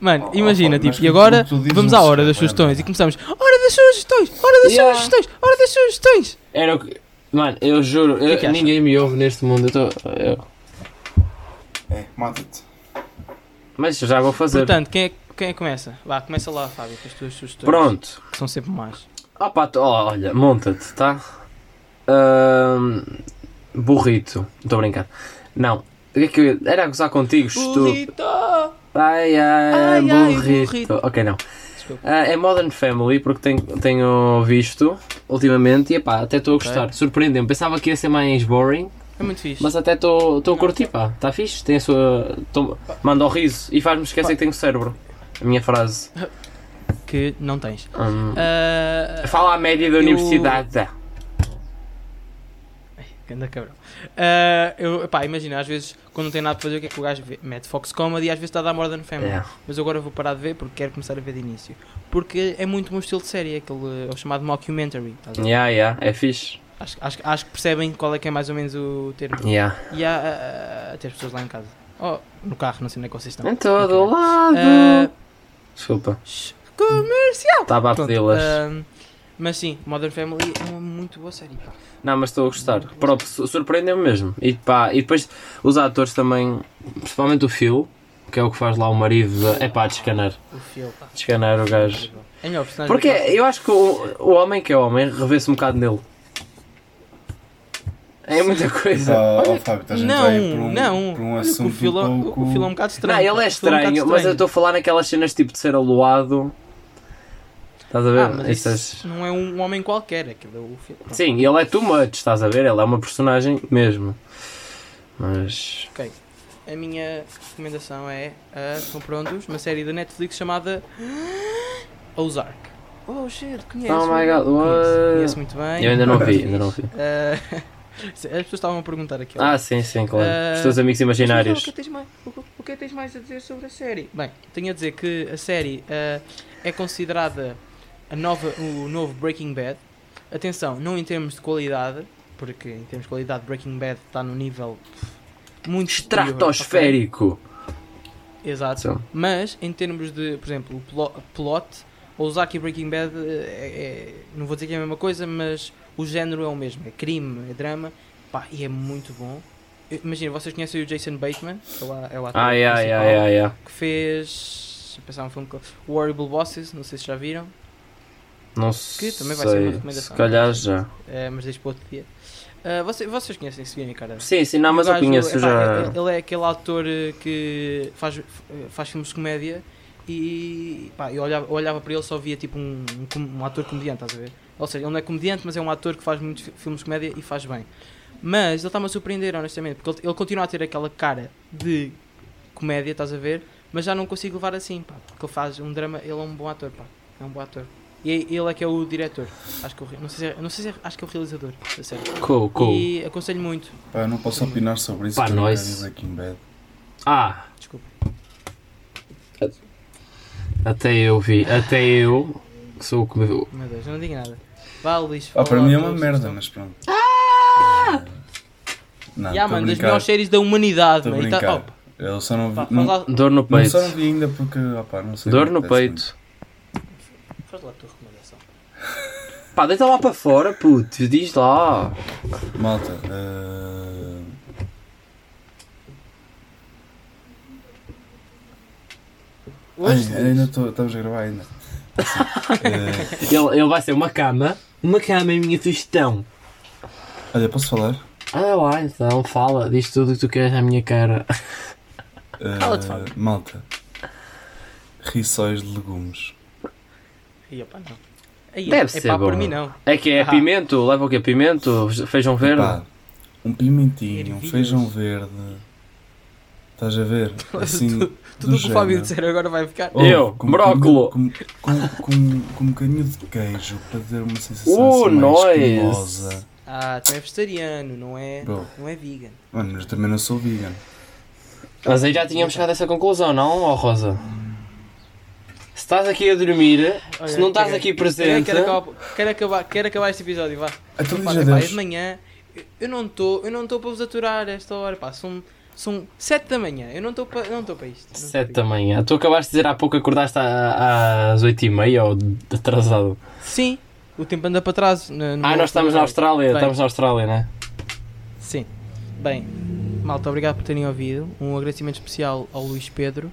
B: Mano,
A: Oh,
B: imagina,
A: oh, mas
B: tipo, e
A: tu-
B: agora
A: tu dizes
B: vamos
A: um
B: à hora
A: segredo,
B: das
A: é
B: sugestões
A: verdade.
B: e começamos. Hora das sugestões! Hora das
C: Yeah.
B: sugestões! Hora das sugestões!
C: Era o que. Mano, eu juro, eu-
B: que achas?
C: ninguém me ouve neste mundo. Eu tô, eu-
A: É, mata-te.
C: Mas já vou fazer.
B: Portanto, quem é, quem é que começa? Vá, começa lá, Fábio, com as tuas sugestões.
C: Pronto.
B: Que são sempre mais.
C: Opa, tu- ó, Ah, olha, monta-te, tá? Ahm, burrito. Estou a brincar. Não. O que é que eu... ia- Era a gozar contigo, estúpido.
B: Burrito!
C: Ai, ai,
B: Ai, ai,
C: burrito.
B: burrito.
C: Ok, não.
B: Desculpa.
C: Ah, é Modern Family, porque tenho, tenho visto ultimamente e epá, até estou a
B: Ok.
C: gostar. Surpreendeu-me. Pensava que ia ser mais boring,
B: É muito fixe.
C: mas até estou estou a curtir, pá. Está fixe? Tem a sua. tom- manda o riso e faz-me esquecer que tenho cérebro. A minha frase.
B: Que não tens.
C: Hum,
B: Ah,
C: fala a média da
B: eu-
C: universidade.
B: Ganda cabrão. Ah, eu, pá, imagina, às vezes, quando não tem nada para fazer, o que é que o gajo vê? Mete Fox Comedy e às vezes está a dar Modern Family.
C: É.
B: Mas agora vou parar de ver porque quero começar a ver de início. Porque é muito o meu estilo de série, é aquele, é o chamado mockumentary. estás a ver?
C: Yeah, yeah, é fixe.
B: Acho, acho, acho que percebem qual é que é mais ou menos o termo.
C: Yeah.
B: E há ah, até as pessoas lá em casa. Oh, no carro, não sei onde é que vocês estão.
C: Em todo
B: Ok.
C: lado.
B: Ah,
C: Eh, Desculpa,
B: shh, comercial!
C: estava a
B: Pronto,
C: pedi-las.
B: ah, mas sim, Modern Family é uma muito boa série. pá.
C: Não, mas estou a gostar. Próprio, su- surpreendeu-me mesmo. E, pá, e depois os atores também, principalmente o Phil, que é o que faz lá o marido. De... É pá, de escanar.
B: O filme, pá.
C: De escanar o gajo.
B: É melhor personagem.
C: Porque
B: da classe.
C: eu acho que o, o homem que é homem revê-se um bocado nele. É muita coisa.
A: Só, oh, Fábio, estás a entrar aí por
B: Não,
A: um,
B: não.
A: por um
B: Olha que
A: assunto
B: o Phil é-
A: um pouco...
B: o Phil é um bocado estranho.
C: Não, ele
B: pá.
C: é
B: O Phil um bocado
C: estranho, mas eu estou a falar naquelas cenas tipo de ser aloado. Estás Tá a ver?
B: Ah, mas
C: Isso
B: isso não é um homem qualquer, aquilo é o Phil.
C: é- Sim, ele é too much, estás a ver? Ele é uma personagem mesmo. Mas.
B: Ok. A minha recomendação é, ah, estão prontos, uma série da Netflix chamada Ozark. Oh shit, conheço.
C: Oh my God,
B: Conheço,
C: what?
B: conheço muito bem.
C: Eu ainda não vi, ainda não vi.
B: Ah, as pessoas estavam a perguntar aquilo.
C: Ah, sim, sim, claro.
B: Eh,
C: Os teus amigos
B: Mas, então, Miguel, O que,
C: imaginários.
B: tens mais, o que- o que tens mais a dizer sobre a série? Bem, tenho a dizer que a série ah, é considerada a nova, o novo Breaking Bad. Atenção, não em termos de qualidade, porque em termos de qualidade Breaking Bad está num nível muito superior,
C: Estratosférico.
B: ok? Exato.
C: Então,
B: Mas em termos de, por exemplo, o plo- plot, Ozark e Breaking Bad eh, é- não vou dizer que é a mesma coisa, mas o género é o mesmo, é crime, é drama, pá, e é muito bom. Eu- Imagina, vocês conhecem o Jason Bateman, que é o a- é o ator
C: Ai, ai,
B: principal,
C: ai, ai, ai.
B: que fez, deixa eu pensar um filme, que- o Horrible Bosses, não sei se já viram,
C: Não
B: Que
C: sei.
B: também vai ser uma recomendação.
C: Se calhar já.
B: eh, mas deixo para outro dia. Ah, vocês, vocês conhecem, se virem, cara.
C: Sim, sim, não, Ah, mas
B: O
C: eu
B: gajo,
C: conheço
B: epá, é,
C: já.
B: Ele, ele é aquele ator eh, que faz, faz filmes de comédia e pá, eu olhava, eu olhava para ele só via tipo um, um com- um ator comediante, estás a ver? Ou seja, ele não é comediante, mas é um ator que faz muitos fi- filmes de comédia e faz bem. Mas ele está-me a surpreender, honestamente, porque ele, ele continua a ter aquela cara de comédia, estás a ver? Mas já não consigo levar assim, pá, porque ele faz um drama, ele é um bom ator, pá, é um bom ator. E é- ele é que é o diretor, acho que é o re- não sei se é, não sei se é- acho que é o realizador, a sério.
C: Cool, cool.
B: é, E aconselho muito,
A: Pá, eu não posso opinar sobre isso.
C: Pá,
A: que eu não
C: nós-
A: quero ir Breaking Bad.
C: Ah,
B: desculpa.
C: até eu vi, até eu que sou o que me.
B: Meu Deus, eu não digo nada. Vá, Luís,
A: Ah,
B: fala
A: para
B: lá
A: mim é
B: do
A: uma
B: teu
A: merda,
B: sugestão.
A: mas pronto.
B: Ah!
A: Não,
B: Ya,
A: estou a
B: mano, das
A: brincar.
B: melhores séries da humanidade,
A: Estou a
B: mano. E tá-
A: brincar.
B: opa,
A: Eu só não
B: pá,
A: vi.
B: faz
A: Não,
B: lá,
C: Dor
A: não,
C: no
A: só
C: peito.
A: não vi ainda porque, opá, não sei.
C: Dor
A: o
C: no
A: que acontece
C: peito.
B: faz lá a tua recomendação.
C: Pá, deita lá para fora, puto, diz lá.
A: muito. Malta, ah,
B: Hoje,
A: ai, ainda estou- estamos a gravar ainda. Assim,
C: Ele, ele vai ser uma cama. Uma cama é a minha sugestão.
A: ah, olha, posso falar?
C: Ah lá, então, fala, diz tudo o que tu queres na minha cara.
A: Ah,
B: Fala-te, Fábio.
A: malta, riçóis de legumes.
B: Ih, opa, não. Aí,
C: Deve
B: é
C: ser
B: pá, por
C: bom.
B: mim não.
C: É que é
B: Ah.
C: pimento, leva o quê? Pimento, feijão verde?
A: Pá, um pimentinho, um
B: Ervilhas.
A: feijão verde. Estás a ver? Assim,
B: Tudo
A: do
B: o que o Fábio
A: género.
B: disser agora vai ficar.
A: Ovo,
C: Eu,
A: com um
C: brócola.
A: bocadinho- Com, com, com, com um bocadinho de queijo para dar uma sensação
C: Uh,
A: assim mais
C: nice.
A: cremosa.
B: Ah, tu é vegetariano, não é,
A: Bro.
B: não é vegan.
A: Mano, mas eu também não sou vegan.
C: Mas aí já tínhamos chegado a essa conclusão, não, ó Rosa? Se estás aqui a dormir, se não estás
B: caguei.
C: aqui
B: Quero,
C: presente.
B: quero acabar, quero, acabar, quero acabar este episódio, vá.
A: Então
B: Pá,
A: diz
B: é pá, é
A: adeus.
B: de manhã, eu- eu não estou, eu não estou para vos aturar a esta hora, pá, são, são 7 da manhã, eu não estou para, não estou para isto. não estou
C: Sete
B: para
C: da manhã. Tu acabaste de dizer há pouco que acordaste à- às oito e meia ou atrasado.
B: isto. Sim, o tempo anda para trás. no- no-
C: Ah, nós estamos na Austrália,
B: Bem.
C: estamos na Austrália, né?
B: Sim. Bem, malta, obrigado por terem ouvido. Um agradecimento especial ao Luís Pedro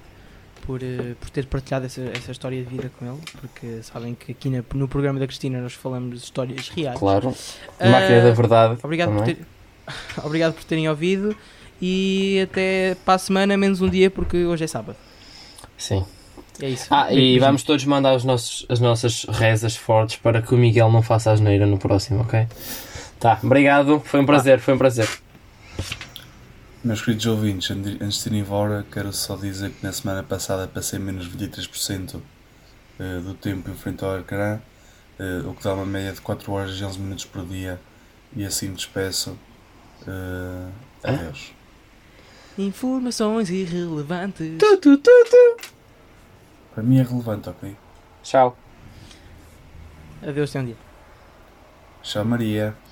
B: por, eh, por ter partilhado essa, essa história de vida com ele, porque sabem que aqui na- no programa da Cristina nós falamos de histórias reais.
C: Claro.
B: Ah,
C: Máquina da verdade.
B: Obrigado por,
C: também.
B: ter, obrigado por terem ouvido e até para a semana, menos um dia, porque hoje é sábado.
C: Sim.
B: É isso.
C: Ah, e vamos todos mandar os nossos, as nossas rezas fortes para que o Miguel não faça asneira no próximo, ok? Tá, obrigado, foi um prazer, foi um prazer.
A: Meus queridos ouvintes, ande- antes de ir embora, quero só dizer que na semana passada passei menos 23% eh, do tempo em frente ao ecrã, eh, o que dá uma média de 4 horas e 11 minutos por dia. E assim despeço. eh,
C: Hã?
A: adeus.
B: Informações irrelevantes.
A: Para mim é relevante, ok?
C: Tchau.
B: Adeus, até um dia.
A: Chá Maria.